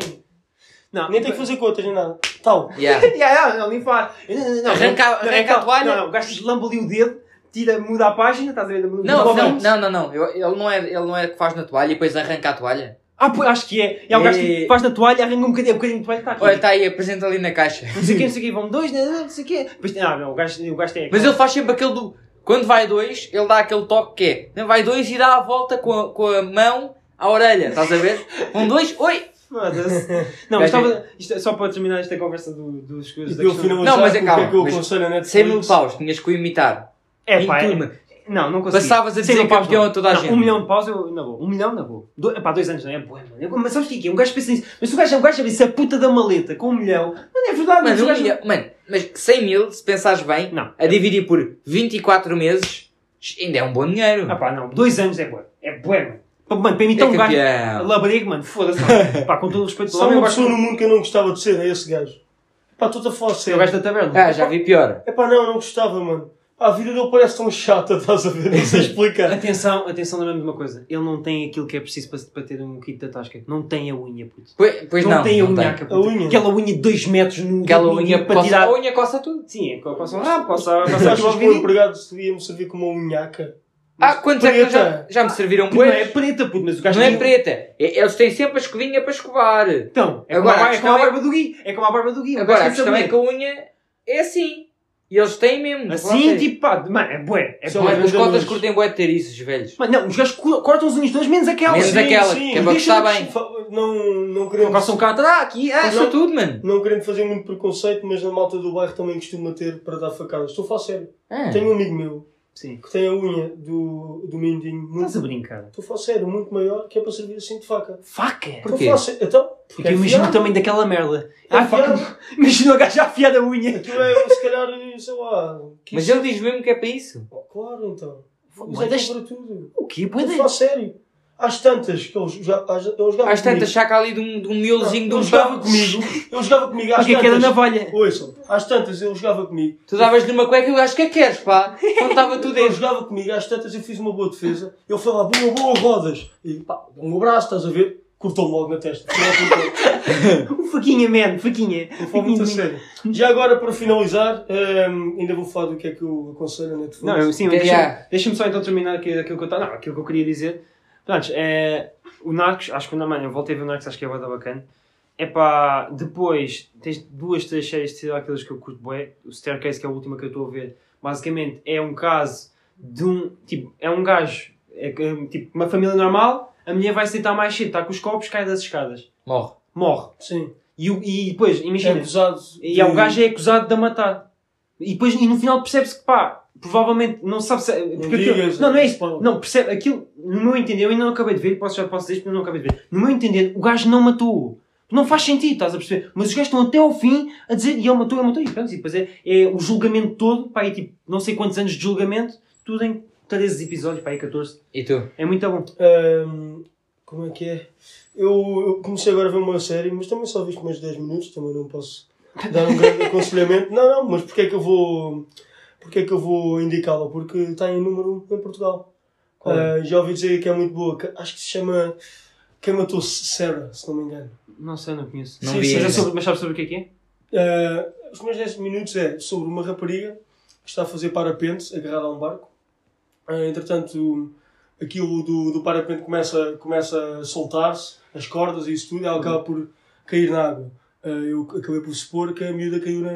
Speaker 2: Não,
Speaker 1: Nem tem que fazer contas nem nada. Tal.
Speaker 3: Yeah.
Speaker 2: Yeah, não, não, limpar. Não, não, não,
Speaker 3: Arranca-
Speaker 2: não,
Speaker 3: arranca
Speaker 2: é
Speaker 3: a
Speaker 2: claro.
Speaker 3: toalha.
Speaker 2: Não, não, o gajo lambe ali o dedo, tira, muda a página, estás a ver? Muda
Speaker 3: Não,
Speaker 2: o
Speaker 3: não,
Speaker 2: óculos.
Speaker 3: não, não, não. Eu- Ele não é, ele não é que faz na toalha e depois arranca a toalha.
Speaker 2: Ah, pois, acho que é. E há um gajo que
Speaker 3: É.
Speaker 2: faz na toalha, arranca um bocadinho, um bocadinho de toalha, está aqui.
Speaker 3: Olha, está aí, apresenta ali na caixa.
Speaker 2: Não sei o quê, não sei o quê, vão dois, né, não não sei o quê. Depois, não, não, o gajo, o gajo tem...
Speaker 3: Mas ele faz sempre aquele do. Quando vai dois, ele dá aquele toque que é. Não vai dois e dá a volta com a, com a mão à orelha, estás a ver? Um, dois, oi!
Speaker 2: Foda-se. Não, mas estava... Isto, é só para terminar esta conversa do, dos
Speaker 1: E
Speaker 2: coisas... da
Speaker 1: pelo
Speaker 2: questão-
Speaker 1: final
Speaker 3: Não, mas
Speaker 1: o
Speaker 3: é
Speaker 1: que
Speaker 3: calma,
Speaker 1: que eu
Speaker 3: mas
Speaker 1: aconselho a Netflix?
Speaker 3: 100 mil paus, tinhas que o imitar.
Speaker 2: É
Speaker 3: em
Speaker 2: pá, é-
Speaker 3: turma.
Speaker 2: Não, não consegui.
Speaker 3: Passavas a
Speaker 2: Sem
Speaker 3: dizer
Speaker 2: paus,
Speaker 3: campeão
Speaker 2: não.
Speaker 3: a toda a
Speaker 2: Não,
Speaker 3: gente.
Speaker 2: Um milhão de paus eu na boa. Um milhão na boa. Do... Epá, dois anos não é boa, mano. Eu- Mas sabes o que é que é? Um gajo pensa nisso. Mas se o gajo, o gajo abrisse a puta da maleta com um milhão... Mano, é verdade, mas
Speaker 3: Mano,
Speaker 2: o
Speaker 3: um
Speaker 2: gajo...
Speaker 3: milhão- mano, mas 100 mil, se pensares bem,
Speaker 2: Não.
Speaker 3: a dividir por 24 meses, ainda é um bom dinheiro.
Speaker 2: Ah pá, não. Dois anos é boa. É boa, mano. Pá, Mano, para mim
Speaker 3: é
Speaker 2: então um gajo...
Speaker 3: campeão. um
Speaker 2: Labrego, mano, foda-se. mano. Pá, com todo o respeito pelo
Speaker 1: Só
Speaker 2: homem, eu
Speaker 1: uma
Speaker 2: gosto
Speaker 1: pessoa no mundo que eu não gostava de ser, é esse gajo. Pá, estou-te a falar
Speaker 2: eu
Speaker 1: sério.
Speaker 2: gosto da taberna.
Speaker 3: Ah, já vi pior.
Speaker 1: É pá, não, não gostava, mano. Pá, a vida dele parece tão chata, estás a ver? Não sei explicar.
Speaker 2: Atenção, atenção, lembrando de uma coisa. Ele não tem aquilo que é preciso para, para ter um kit da tasca. Não tem a unha, puto.
Speaker 3: Pois, pois
Speaker 2: não,
Speaker 3: não,
Speaker 2: tem a
Speaker 3: não
Speaker 2: unha,
Speaker 3: tem.
Speaker 2: à caputa.
Speaker 1: A unha?
Speaker 2: Aquela unha de 2 metros no
Speaker 3: Aquela
Speaker 2: no-
Speaker 3: unha,
Speaker 2: para
Speaker 3: coça,
Speaker 2: tirar.
Speaker 3: a unha coça tudo.
Speaker 2: Sim, é coça um rabo, coça
Speaker 1: Sabes que os meus
Speaker 2: a
Speaker 1: empregados deviam-me servir como uma unhaca?
Speaker 3: Ah, quantos é que eu já,
Speaker 1: preta.
Speaker 3: já me serviram
Speaker 2: Não é
Speaker 3: boas?
Speaker 2: preta, puto, mas o gajo
Speaker 3: Não é
Speaker 2: tem-
Speaker 3: preta. É- Eles têm sempre a escovinha para escovar.
Speaker 2: Então, é
Speaker 3: Agora,
Speaker 2: como, a, é como a
Speaker 3: a questão é-
Speaker 2: barba do Gui. É como a barba do Gui. o
Speaker 3: Agora, a
Speaker 2: gajo tem
Speaker 3: questão é que
Speaker 2: sabonete.
Speaker 3: a unha é assim. E eles têm mesmo.
Speaker 2: Assim, tipo, pá, mano, é bué. É
Speaker 1: Só
Speaker 2: bué.
Speaker 3: Mas
Speaker 1: Mas
Speaker 3: os cotas
Speaker 1: andamos-
Speaker 3: curtem bué de ter isso, os velhos.
Speaker 2: Mano, não, os gajos co- cortam os unhos todos, menos aquela.
Speaker 3: Menos
Speaker 1: sim,
Speaker 3: aquela,
Speaker 1: sim.
Speaker 3: que é para gostar
Speaker 1: Deixa-nos
Speaker 3: bem.
Speaker 1: fa- Não, não
Speaker 2: Não
Speaker 1: queremos.
Speaker 2: Coçam cá atrás, aqui, ah,
Speaker 3: Ah,
Speaker 1: Não.
Speaker 3: só tudo, mano.
Speaker 1: Não querendo fazer muito preconceito, mas na malta do bairro também costuma ter para dar facadas. Estou a falar sério.
Speaker 2: É.
Speaker 3: Ah.
Speaker 1: Tenho um amigo meu
Speaker 2: Sim.
Speaker 1: que tem a unha do, do mindinho muito.
Speaker 2: Estás a brincar.
Speaker 1: Estou a falar sério, muito maior, que é para servir assim de faca.
Speaker 2: Faca!
Speaker 1: Estou a
Speaker 3: Porquê?
Speaker 1: falar sério. Então,
Speaker 2: Porque eu imagino o
Speaker 1: afiado.
Speaker 2: tamanho daquela merda.
Speaker 1: É
Speaker 2: Ah, faca. Imagina o gajo a afiar a unha.
Speaker 1: Aquilo é, se calhar, sei lá. que
Speaker 3: Mas
Speaker 1: isso-
Speaker 3: ele diz mesmo que é para isso.
Speaker 1: Oh, claro, então. Mas
Speaker 2: Mas
Speaker 1: é
Speaker 2: deixa-
Speaker 1: para tudo.
Speaker 2: O quê?
Speaker 1: Estou
Speaker 2: Pois
Speaker 1: a
Speaker 2: é.
Speaker 1: falar sério. Às tantas que eles já. Às, eles jogavam
Speaker 3: Às tantas
Speaker 1: comigo.
Speaker 3: saca ali de um, de um miozinho de
Speaker 1: Ele
Speaker 3: um
Speaker 1: jogava
Speaker 3: pão.
Speaker 1: comigo. Ele jogava comigo às
Speaker 2: Porque é que é da
Speaker 1: tantas.
Speaker 2: navalha.
Speaker 1: Ouçam, às tantas ele jogava comigo.
Speaker 3: Tu davas-lhe uma cueca e eu acho que é que queres, pá. Quando estava tudo
Speaker 1: Ele
Speaker 3: dentro.
Speaker 1: jogava comigo, às tantas eu fiz uma boa defesa, ele foi lá, boa, boa, rodas. E pá, dá um abraço, estás a ver? Cortou-me logo na testa. Não apontou.
Speaker 2: O faquinha, man, faquinha.
Speaker 1: Eu falo muito a sério. Já agora, para finalizar, hum, ainda vou falar do que é que eu aconselho a Netflix.
Speaker 2: Não, eu, sim,
Speaker 3: Até
Speaker 2: deixa-me
Speaker 3: já.
Speaker 2: deixa só então terminar aqui, aquilo que eu estava. Não, aquilo que eu queria dizer. Portanto, é, o Narcos, acho que na manhã, eu voltei a ver o Narcos, acho que é bada bacana. É pá, depois tens duas, três séries de serial killers que eu curto bué. O Staircase, que é a última que eu estou a ver, basicamente é um caso de um. Tipo, é um gajo, é, que, hum, tipo, uma família normal, a mulher vai se deitar mais cedo, está com os copos, cai das escadas,
Speaker 3: Morre.
Speaker 2: morre.
Speaker 1: Sim.
Speaker 2: E, o- e depois,
Speaker 1: É
Speaker 2: imagina,
Speaker 1: acusado.
Speaker 2: e há um gajo é acusado de a matar. E depois, e no final percebe-se que pá, provavelmente não sabe se. Porque aquilo-
Speaker 1: digas,
Speaker 2: não, não é isso.
Speaker 1: Paulo.
Speaker 2: Não, percebe, aquilo, no meu entender, eu ainda não acabei de ver, posso, já posso dizer isto, mas não acabei de ver. No meu entender, o gajo não matou. Não faz sentido, estás a perceber? Mas os gajos estão até ao fim a dizer, e ele matou, ele matou, e pronto, e depois é, é o julgamento todo, pá, aí tipo, não sei quantos anos de julgamento, tudo em 13 episódios, pá, aí 14.
Speaker 3: E tu?
Speaker 2: É muito bom.
Speaker 1: Hum, como é que é? Eu, eu comecei agora a ver uma série, mas também só viste mais 10 minutos, também não posso dar um grande aconselhamento. Não, não, mas porque é que eu vou. Porque é que eu vou indicá-la? Porque está em número 1 em Portugal.
Speaker 2: Qual é?
Speaker 1: Ah, já ouvi dizer que é muito boa. que- acho que se chama Quem Matou Sarah, se não me engano.
Speaker 2: Não sei, não conheço.
Speaker 3: Não
Speaker 1: Sim,
Speaker 3: vi
Speaker 1: sim,
Speaker 2: Mas, é
Speaker 3: ainda.
Speaker 2: sobre, mas sabes sobre o que é que é?
Speaker 1: Ah, os meus 10 minutos é sobre uma rapariga que está a fazer parapente agarrada a um barco. Ah, entretanto, aquilo do, do parapente começa, começa a soltar-se, as cordas e isso tudo, e ela acaba por cair na água. Ah, eu acabei por supor que a miúda caiu na,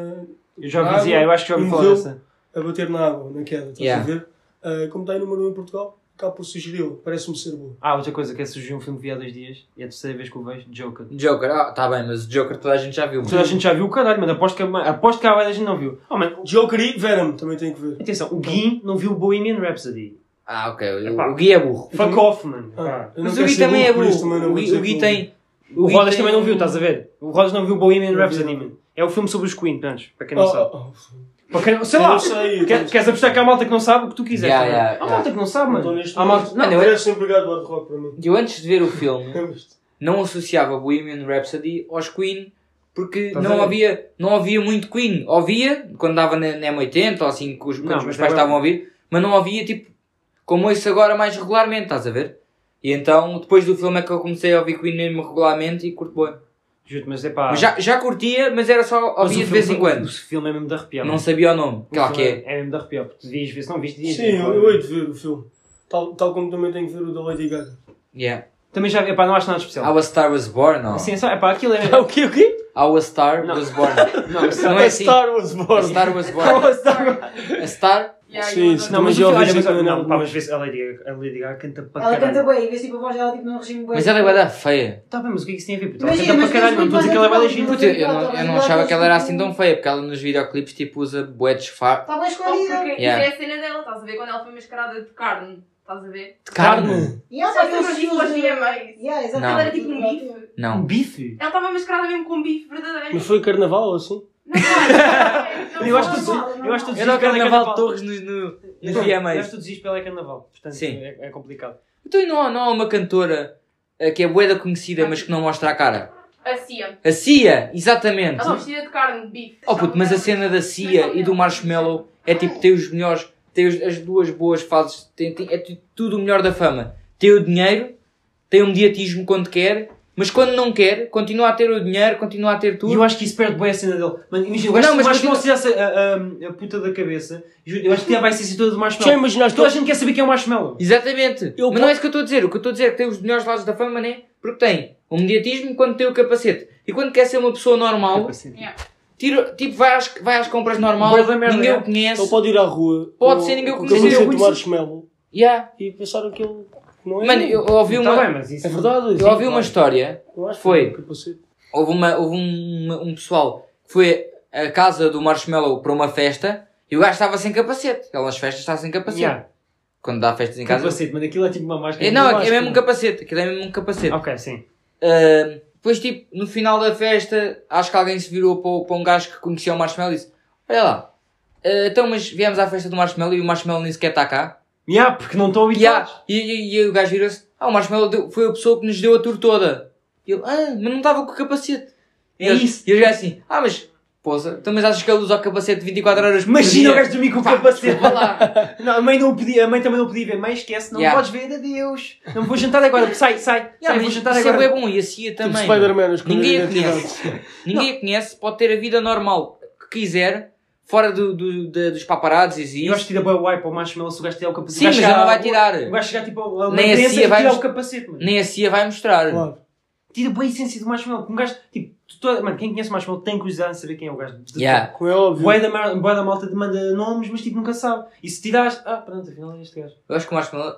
Speaker 2: Eu já ouvi
Speaker 1: Ah,
Speaker 2: dizer, eu acho que já ouvi
Speaker 1: um
Speaker 2: falar
Speaker 1: jogo.
Speaker 2: dessa.
Speaker 1: a bater na água, na queda, estás
Speaker 3: Yeah.
Speaker 1: a ver? Ah, como está em número 1 em Portugal, acaba por sugeri-la, parece-me ser boa.
Speaker 2: Ah, outra coisa que é surgiu um filme que vi há dois dias, e é a terceira vez que o vejo, Joker.
Speaker 3: Joker. Ah, tá bem, mas o Joker toda a gente já viu.
Speaker 2: Toda a
Speaker 3: Mano.
Speaker 2: gente já viu o caralho, mano. Aposto que, a- aposto que a maioria da gente não viu. Oh, mano,
Speaker 1: Joker e Venom, também tenho que ver.
Speaker 2: atenção, o Gui não viu o Bohemian Rhapsody. Então,
Speaker 3: Ah, ok. O,
Speaker 2: Epá.
Speaker 3: o Gui é burro.
Speaker 2: Fuck off, mano.
Speaker 1: Ah, eu não
Speaker 3: Mas o
Speaker 1: quero
Speaker 3: Gui
Speaker 1: ser
Speaker 3: também é
Speaker 1: burro, por
Speaker 3: burro.
Speaker 1: isso também não
Speaker 3: o
Speaker 1: vou
Speaker 3: Gui,
Speaker 1: dizer
Speaker 3: o Gui
Speaker 1: que
Speaker 3: tem.
Speaker 2: O
Speaker 3: Gui
Speaker 2: Rodas
Speaker 3: tem-
Speaker 2: também não viu, tá estás a ver? O Rodas não viu o Bohemian
Speaker 1: um- Não vi,
Speaker 2: Rhapsody,
Speaker 1: não.
Speaker 2: mano. É o filme sobre os Queen, pronto, para quem
Speaker 1: Oh,
Speaker 2: não sabe.
Speaker 1: oh, oh.
Speaker 2: Para quem,
Speaker 3: Tá.
Speaker 2: sei
Speaker 1: Eu
Speaker 2: lá,
Speaker 1: não sei,
Speaker 2: quer-
Speaker 1: eu-
Speaker 2: queres apostar que há malta que não sabe o que tu quiseres.
Speaker 3: Yeah,
Speaker 2: também.
Speaker 3: yeah,
Speaker 2: há
Speaker 3: yeah.
Speaker 2: malta que não sabe,
Speaker 1: Não estou
Speaker 2: mano.
Speaker 1: neste
Speaker 2: Há malta...
Speaker 1: momento.
Speaker 2: Não,
Speaker 3: Mano, eu-
Speaker 1: Parece um empregado do hard rock para mim.
Speaker 3: Eu antes de ver o filme
Speaker 1: É isto.
Speaker 3: não associava Bohemian Rhapsody aos Queen porque
Speaker 2: Estás a
Speaker 3: não
Speaker 2: ver?
Speaker 3: havia, não havia muito Queen. Ouvia quando dava na, na M80 ou assim, que os, quando
Speaker 2: Não, mas
Speaker 3: os meus pais
Speaker 2: é
Speaker 3: estavam a ouvir, mas não havia tipo como isso agora mais regularmente, estás a ver? E então depois do filme é que eu comecei a ouvir Queen mesmo regularmente e curto boa.
Speaker 2: Juro, mas é pá.
Speaker 3: Mas já, já curtia, mas era só
Speaker 2: mas o
Speaker 3: ouvia de
Speaker 2: filme-
Speaker 3: vez em
Speaker 2: O
Speaker 3: quando.
Speaker 2: filme é mesmo de arrepiar.
Speaker 3: Não
Speaker 2: mano.
Speaker 3: sabia o nome.
Speaker 2: O
Speaker 3: Claro que
Speaker 2: filme
Speaker 3: é.
Speaker 2: É mesmo de arrepiar, porque tu devias ver, se não viste, devias
Speaker 1: Sim,
Speaker 2: ver,
Speaker 1: eu,
Speaker 2: claro.
Speaker 1: eu hei de ver o filme. Tal, tal como também tenho que ver o da Lady Gaga.
Speaker 3: Yeah.
Speaker 2: Também já vi, epá, não acho nada
Speaker 1: Ah,
Speaker 2: especial.
Speaker 3: Our Star Was Born, ou?
Speaker 2: Sim, só, epá, aquilo é.
Speaker 1: o quê? O quê?
Speaker 3: Our Star
Speaker 2: Não.
Speaker 3: Was Born.
Speaker 2: Não, mas-
Speaker 3: Não é assim.
Speaker 1: Star Wars
Speaker 3: A
Speaker 1: Born.
Speaker 3: Star Was Born. A Star?
Speaker 4: Yeah,
Speaker 1: Sim,
Speaker 4: eu
Speaker 1: sim.
Speaker 4: adoro.
Speaker 2: Não,
Speaker 1: Também
Speaker 2: mas
Speaker 1: já
Speaker 2: eu
Speaker 1: ouvi
Speaker 2: olha,
Speaker 1: dizer
Speaker 2: mas,
Speaker 1: que
Speaker 2: não,
Speaker 1: não-
Speaker 2: pá, mas vê-se a Lady, a Lady Gaga canta para
Speaker 4: Ela canta
Speaker 2: caralho.
Speaker 4: bem, vês tipo a voz dela tipo num regime bem.
Speaker 3: Mas ela é bué da feia.
Speaker 2: Tá bem, mas o que é que isso tem a ver? puto? Ela
Speaker 4: Imagina,
Speaker 2: canta para
Speaker 4: mas
Speaker 2: caralho, não
Speaker 4: vês
Speaker 2: estou a dizer
Speaker 4: muito
Speaker 2: que ela é bela
Speaker 4: bem
Speaker 2: gente.
Speaker 4: no
Speaker 3: Puta, eu não, eu não achava que ela era assim tão feia, porque ela nos videoclipes tipo usa bué de disfarce.
Speaker 4: Está Tá bem
Speaker 5: Porque
Speaker 4: escolhida.
Speaker 5: isso é a cena dela, estás a ver? Quando ela foi mascarada de carne, estás a
Speaker 3: De
Speaker 5: ver?
Speaker 1: Hum.
Speaker 3: carne?
Speaker 4: E ela
Speaker 5: Só
Speaker 4: faz
Speaker 5: que uma
Speaker 4: aqueles filmes de-
Speaker 5: tipologia mais.
Speaker 4: Yeah, exato.
Speaker 3: Não.
Speaker 5: Ela era tipo um bife.
Speaker 2: Um
Speaker 3: Não.
Speaker 2: bife?
Speaker 5: Ela estava mascarada mesmo com um bife, verdadeiramente.
Speaker 1: Mas foi carnaval ou assim?
Speaker 5: Não, não, não,
Speaker 2: Eu acho que
Speaker 4: não,
Speaker 2: tu
Speaker 4: não,
Speaker 2: dizes-
Speaker 4: não,
Speaker 2: eu acho que tu
Speaker 4: não.
Speaker 2: dizes
Speaker 3: Era o
Speaker 2: que ela é
Speaker 3: Carnaval de
Speaker 2: carnaval.
Speaker 3: Torres no, no, nos
Speaker 2: Não, Eu acho
Speaker 3: VMAs.
Speaker 2: que tu dizes pela carnaval. Portanto,
Speaker 3: Sim.
Speaker 2: é é complicado.
Speaker 3: Então e não, há- não há uma cantora eh, que é bué da conhecida, mas que não mostra a cara?
Speaker 5: A Cia.
Speaker 3: A Ah, Cia, exatamente.
Speaker 5: Ela estava vestida de carne, de bife.
Speaker 3: Oh puto, mas a cena da Cia e do Marshmallow é tipo, tem os melhores, tem os- as duas boas fases, tem, tem- é tu- tudo o melhor da fama. Tem o dinheiro, tem o mediatismo quando quer, mas quando não quer, continua a ter o dinheiro, continua a ter
Speaker 2: E eu
Speaker 3: tudo.
Speaker 2: acho que isso perde bem a cena dele. Mano, imagina, eu
Speaker 3: Não,
Speaker 2: acho, não,
Speaker 3: mas
Speaker 2: mas acho que não se
Speaker 3: continua-
Speaker 2: tivesse a, a- a puta da cabeça. Juro, Eu acho que ela vai ser assim toda de
Speaker 1: Já
Speaker 2: marshmallow.
Speaker 1: imaginaste?
Speaker 2: Toda a gente quer saber quem é o marshmallow.
Speaker 3: Exatamente.
Speaker 1: Eu
Speaker 3: mas não é isso que eu estou a dizer. O que eu estou a dizer é que tem os melhores lados da fama, né? Porque tem o mediatismo quando tem o capacete. E quando quer ser uma pessoa normal, tira, tipo, vai às, vai às compras normal,
Speaker 2: Boa da merda,
Speaker 3: ninguém
Speaker 2: é.
Speaker 3: o conhece.
Speaker 1: Ele pode ir à rua.
Speaker 3: Pode
Speaker 1: com-
Speaker 3: ser, ninguém o
Speaker 1: com
Speaker 3: conhecia.
Speaker 1: camiseta
Speaker 3: Eu
Speaker 1: do
Speaker 3: conheci-
Speaker 1: Marshmallow
Speaker 3: Yeah.
Speaker 1: e pensaram que ele não é.
Speaker 3: Mano, eu ouvi
Speaker 2: Tá
Speaker 3: uma,
Speaker 2: bem, mas isso...
Speaker 1: É verdade.
Speaker 3: eu ouvi uma
Speaker 1: claro.
Speaker 3: história
Speaker 1: Eu acho que
Speaker 3: Foi.
Speaker 1: um capacete.
Speaker 3: houve, uma, houve um, uma- um pessoal que foi à casa do Marshmallow para uma festa e o gajo estava sem capacete. Ele nas festas está sem capacete.
Speaker 2: Yeah,
Speaker 3: Quando dá festas em casa.
Speaker 2: capacete, mano, aquilo é tipo uma máscara.
Speaker 3: É, não,
Speaker 2: Eu
Speaker 3: é
Speaker 2: acho
Speaker 3: mesmo um
Speaker 2: que-
Speaker 3: capacete. Aquilo é mesmo um capacete.
Speaker 2: Ok, sim.
Speaker 3: Ah, depois, tipo, no final da festa, acho que alguém se virou para, o- para um gajo que conhecia o Marshmallow e disse: Olha lá, ah, então, mas viemos à festa do Marshmallow e o Marshmallow nem sequer está cá.
Speaker 2: Yeah, porque não estão
Speaker 3: E,
Speaker 2: habituados.
Speaker 3: há- e, e, e o gajo virou-se: Ah, o Marshmallow deu- foi a pessoa que nos deu a tour toda. E ele: Ah, mas não estava com o capacete. E
Speaker 2: É
Speaker 3: eles-
Speaker 2: isso.
Speaker 3: E eles gajos assim: Ah, mas, poça, então, mas achas que ele usa o capacete 24 horas por
Speaker 2: Imagina o
Speaker 3: dia?
Speaker 2: gajo dormir com o capacete.
Speaker 3: Vá lá.
Speaker 2: Não, a mãe não o podia, a mãe também não podia ver. Mãe, esquece, não
Speaker 3: Yeah.
Speaker 2: podes ver, adeus. Não vou jantar agora, sai, sai.
Speaker 3: Yeah,
Speaker 2: sai, vou
Speaker 3: mas isso
Speaker 2: jantar
Speaker 3: é
Speaker 2: agora.
Speaker 3: bué bom e a CIA
Speaker 1: Tipo
Speaker 3: também.
Speaker 1: Spider-Man, as coisas
Speaker 3: Ninguém a
Speaker 1: de identidade.
Speaker 3: Ninguém a conhece, pode ter a vida normal que quiser, fora do, do, da- dos paparazzis e
Speaker 2: Eu acho
Speaker 3: isso.
Speaker 2: que tira bué wipe para o Marshmallow se o gajo tirar o capacete.
Speaker 3: Sim,
Speaker 2: O
Speaker 3: mas
Speaker 2: gajo
Speaker 3: ela
Speaker 2: chegar-
Speaker 3: não vai tirar.
Speaker 2: O gajo chegar tipo a uma
Speaker 3: Nem assim a
Speaker 2: criança
Speaker 3: Cia
Speaker 2: e
Speaker 3: vai-
Speaker 2: tirar o capacete, mano.
Speaker 3: Nem a CIA vai mostrar.
Speaker 1: Claro.
Speaker 2: Tira bué a essência do Marshmallow. Um gajo, tipo, tu- tu- mano, quem conhece o Marshmallow tem curiosidade em saber quem é o gajo. De-
Speaker 3: Yeah.
Speaker 1: Como é óbvio.
Speaker 2: Bué da, mar- bué da malta demanda nomes, mas tipo nunca sabe. E se tirares, ah, pronto, afinal é este gajo.
Speaker 3: Eu acho que o Marshmallow.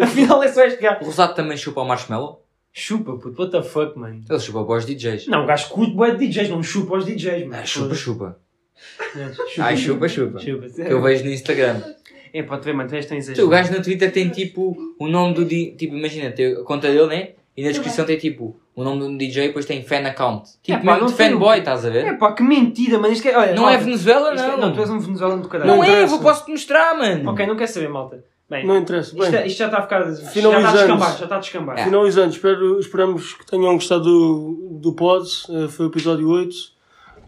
Speaker 2: Afinal é só este gajo.
Speaker 3: O Rosado também chupa o Marshmallow.
Speaker 2: Chupa, puto, what the fuck, mano.
Speaker 3: Ele chupa para os DJs.
Speaker 2: Não, o gajo curte bué de DJs, não chupa aos DJs, mano.
Speaker 3: Ah, chupa, chupa.
Speaker 2: chupa.
Speaker 3: Ai, chupa, chupa.
Speaker 2: Chupa,
Speaker 3: Que eu vejo no Instagram.
Speaker 2: É, pode ver, mano, tu és tão
Speaker 3: Tu, O
Speaker 2: exagerado.
Speaker 3: gajo no Twitter tem tipo o nome do di- Tipo, imagina, tem a conta dele, né? E na descrição tem tipo o nome de um DJ e depois tem fan account.
Speaker 2: É,
Speaker 3: Tipo,
Speaker 2: pá,
Speaker 3: mesmo
Speaker 2: não
Speaker 3: de
Speaker 2: tem-
Speaker 3: fanboy, estás a ver?
Speaker 2: É pá, que mentira, mano. Isto é, olha,
Speaker 3: não
Speaker 2: malta,
Speaker 3: é Venezuela,
Speaker 2: isto é-
Speaker 3: não.
Speaker 2: Não, tu és um venezuelano do caralho.
Speaker 3: Não,
Speaker 1: Não
Speaker 3: é,
Speaker 1: interessa.
Speaker 3: vou posso te mostrar, mano.
Speaker 2: Ok, não quer saber, malta. Bem,
Speaker 1: Não interessa. Bem,
Speaker 2: isto, é- isto já está a ficar. Já está a
Speaker 1: Finalizamos.
Speaker 2: descambar, já está a descambar.
Speaker 3: É.
Speaker 1: finalizando, espero, esperamos que tenham gostado do, do Pods. eh, foi o episódio 8.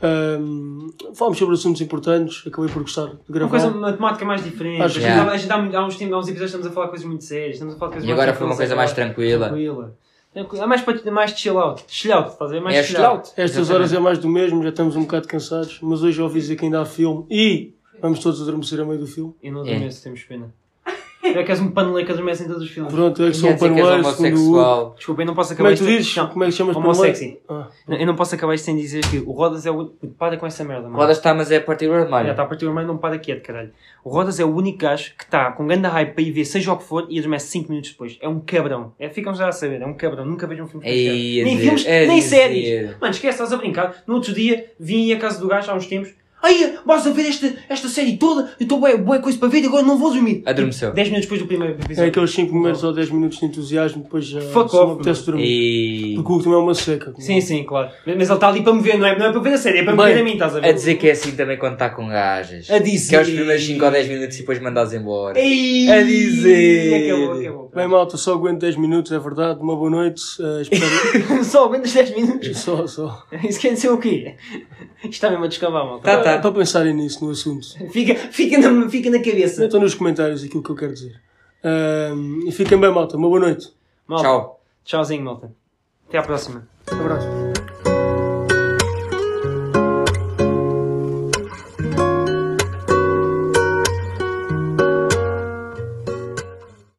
Speaker 1: Ahm, falámos sobre assuntos importantes. Acabei por gostar de
Speaker 2: Uma
Speaker 1: gravar.
Speaker 2: coisa matemática mais diferente.
Speaker 1: Acho
Speaker 2: a
Speaker 3: que
Speaker 2: gente,
Speaker 3: é.
Speaker 2: há- a gente há, mu- há uns, tempos- há uns episódios estamos a falar coisas muito sérias. Estamos a falar de coisas
Speaker 3: E agora foi uma coisa mais tranquila.
Speaker 2: tranquila. Tranquila. É mais, para- mais chill out. Chill out, estás a ver? Mais
Speaker 3: É
Speaker 2: chill out.
Speaker 3: chill out.
Speaker 1: Estas
Speaker 3: Exatamente.
Speaker 1: horas é mais do mesmo, já estamos um bocado cansados, mas hoje ouvi dizer que ainda há filme e vamos todos adormecer a meio do filme.
Speaker 2: Eu não
Speaker 3: É.
Speaker 2: adormeço, temos pena. É que és um paneleiro que adormece em todos os filmes.
Speaker 1: Pronto, é que sou
Speaker 3: Quer
Speaker 1: um
Speaker 3: dizer que és
Speaker 1: panueiro, segundo o...
Speaker 3: homossexual.
Speaker 2: Desculpa, eu não
Speaker 1: Como
Speaker 2: posso acabar
Speaker 1: é que tu
Speaker 2: isto-
Speaker 1: dizes?
Speaker 2: Não,
Speaker 1: Como é que chamas
Speaker 2: homossexy.
Speaker 1: panueiro? Ah,
Speaker 2: eu não posso acabar isto sem dizer que o Rodas é o. Para com essa merda, mano. Ah,
Speaker 3: Rodas está, mas é a partir do
Speaker 2: Já tá.
Speaker 3: armário.
Speaker 2: está a partir do armário, não para quieto, caralho. O Rodas é o único gajo que está com grande hype para ir ver, seja o que for, e adormece 5 minutos depois. É um cabrão. É, ficam já a saber, é um cabrão. Nunca vejo um filme
Speaker 3: É
Speaker 2: este gajo.
Speaker 3: a
Speaker 2: Nem
Speaker 3: dizer-
Speaker 2: filmes,
Speaker 3: é a
Speaker 2: nem
Speaker 3: dizer.
Speaker 2: séries. Mano, esquece, estás a brincar. No outro dia, vim à casa do gajo há uns tempos. Aí, vais a ver esta, esta série toda, eu estou bué, bué coisa para ver, agora não vou dormir.
Speaker 3: Adormeceu.
Speaker 2: 10 minutos depois do primeiro
Speaker 1: É
Speaker 2: episódio.
Speaker 1: aqueles 5 primeiros ou 10 minutos de entusiasmo, depois já
Speaker 2: Oh. Fuck
Speaker 1: só
Speaker 2: off,
Speaker 1: me apetece dormir.
Speaker 3: E
Speaker 1: Porque o que também é uma seca.
Speaker 2: Sim, sim, claro. Mas mas ele está ali para me ver, não é, não é para ver a série, é para me
Speaker 1: Bem,
Speaker 2: ver a mim, estás a ver?
Speaker 3: a dizer que é assim também quando está com gajas.
Speaker 2: A dizer.
Speaker 3: Que é os primeiros 5 ou 10 minutos e depois mandas embora.
Speaker 2: Ei,
Speaker 3: a dizer.
Speaker 2: Acabou, acabou.
Speaker 1: Bem malta, só aguento 10 minutos, é verdade. Uma boa noite. eh, espero...
Speaker 2: Só aguentas 10 minutos.
Speaker 1: só, só.
Speaker 2: Isso quer dizer o quê? Isto está mesmo a descambar, malta.
Speaker 3: Tá, tá.
Speaker 1: É para pensarem nisso, no assunto.
Speaker 2: Fica, fica, na, fica na cabeça.
Speaker 1: Metam nos comentários aquilo que eu quero dizer. Ahm, e fiquem bem malta, uma boa noite.
Speaker 2: Malta,
Speaker 3: Tchau.
Speaker 2: Tchauzinho, malta. Até à próxima.
Speaker 1: Um Abraço.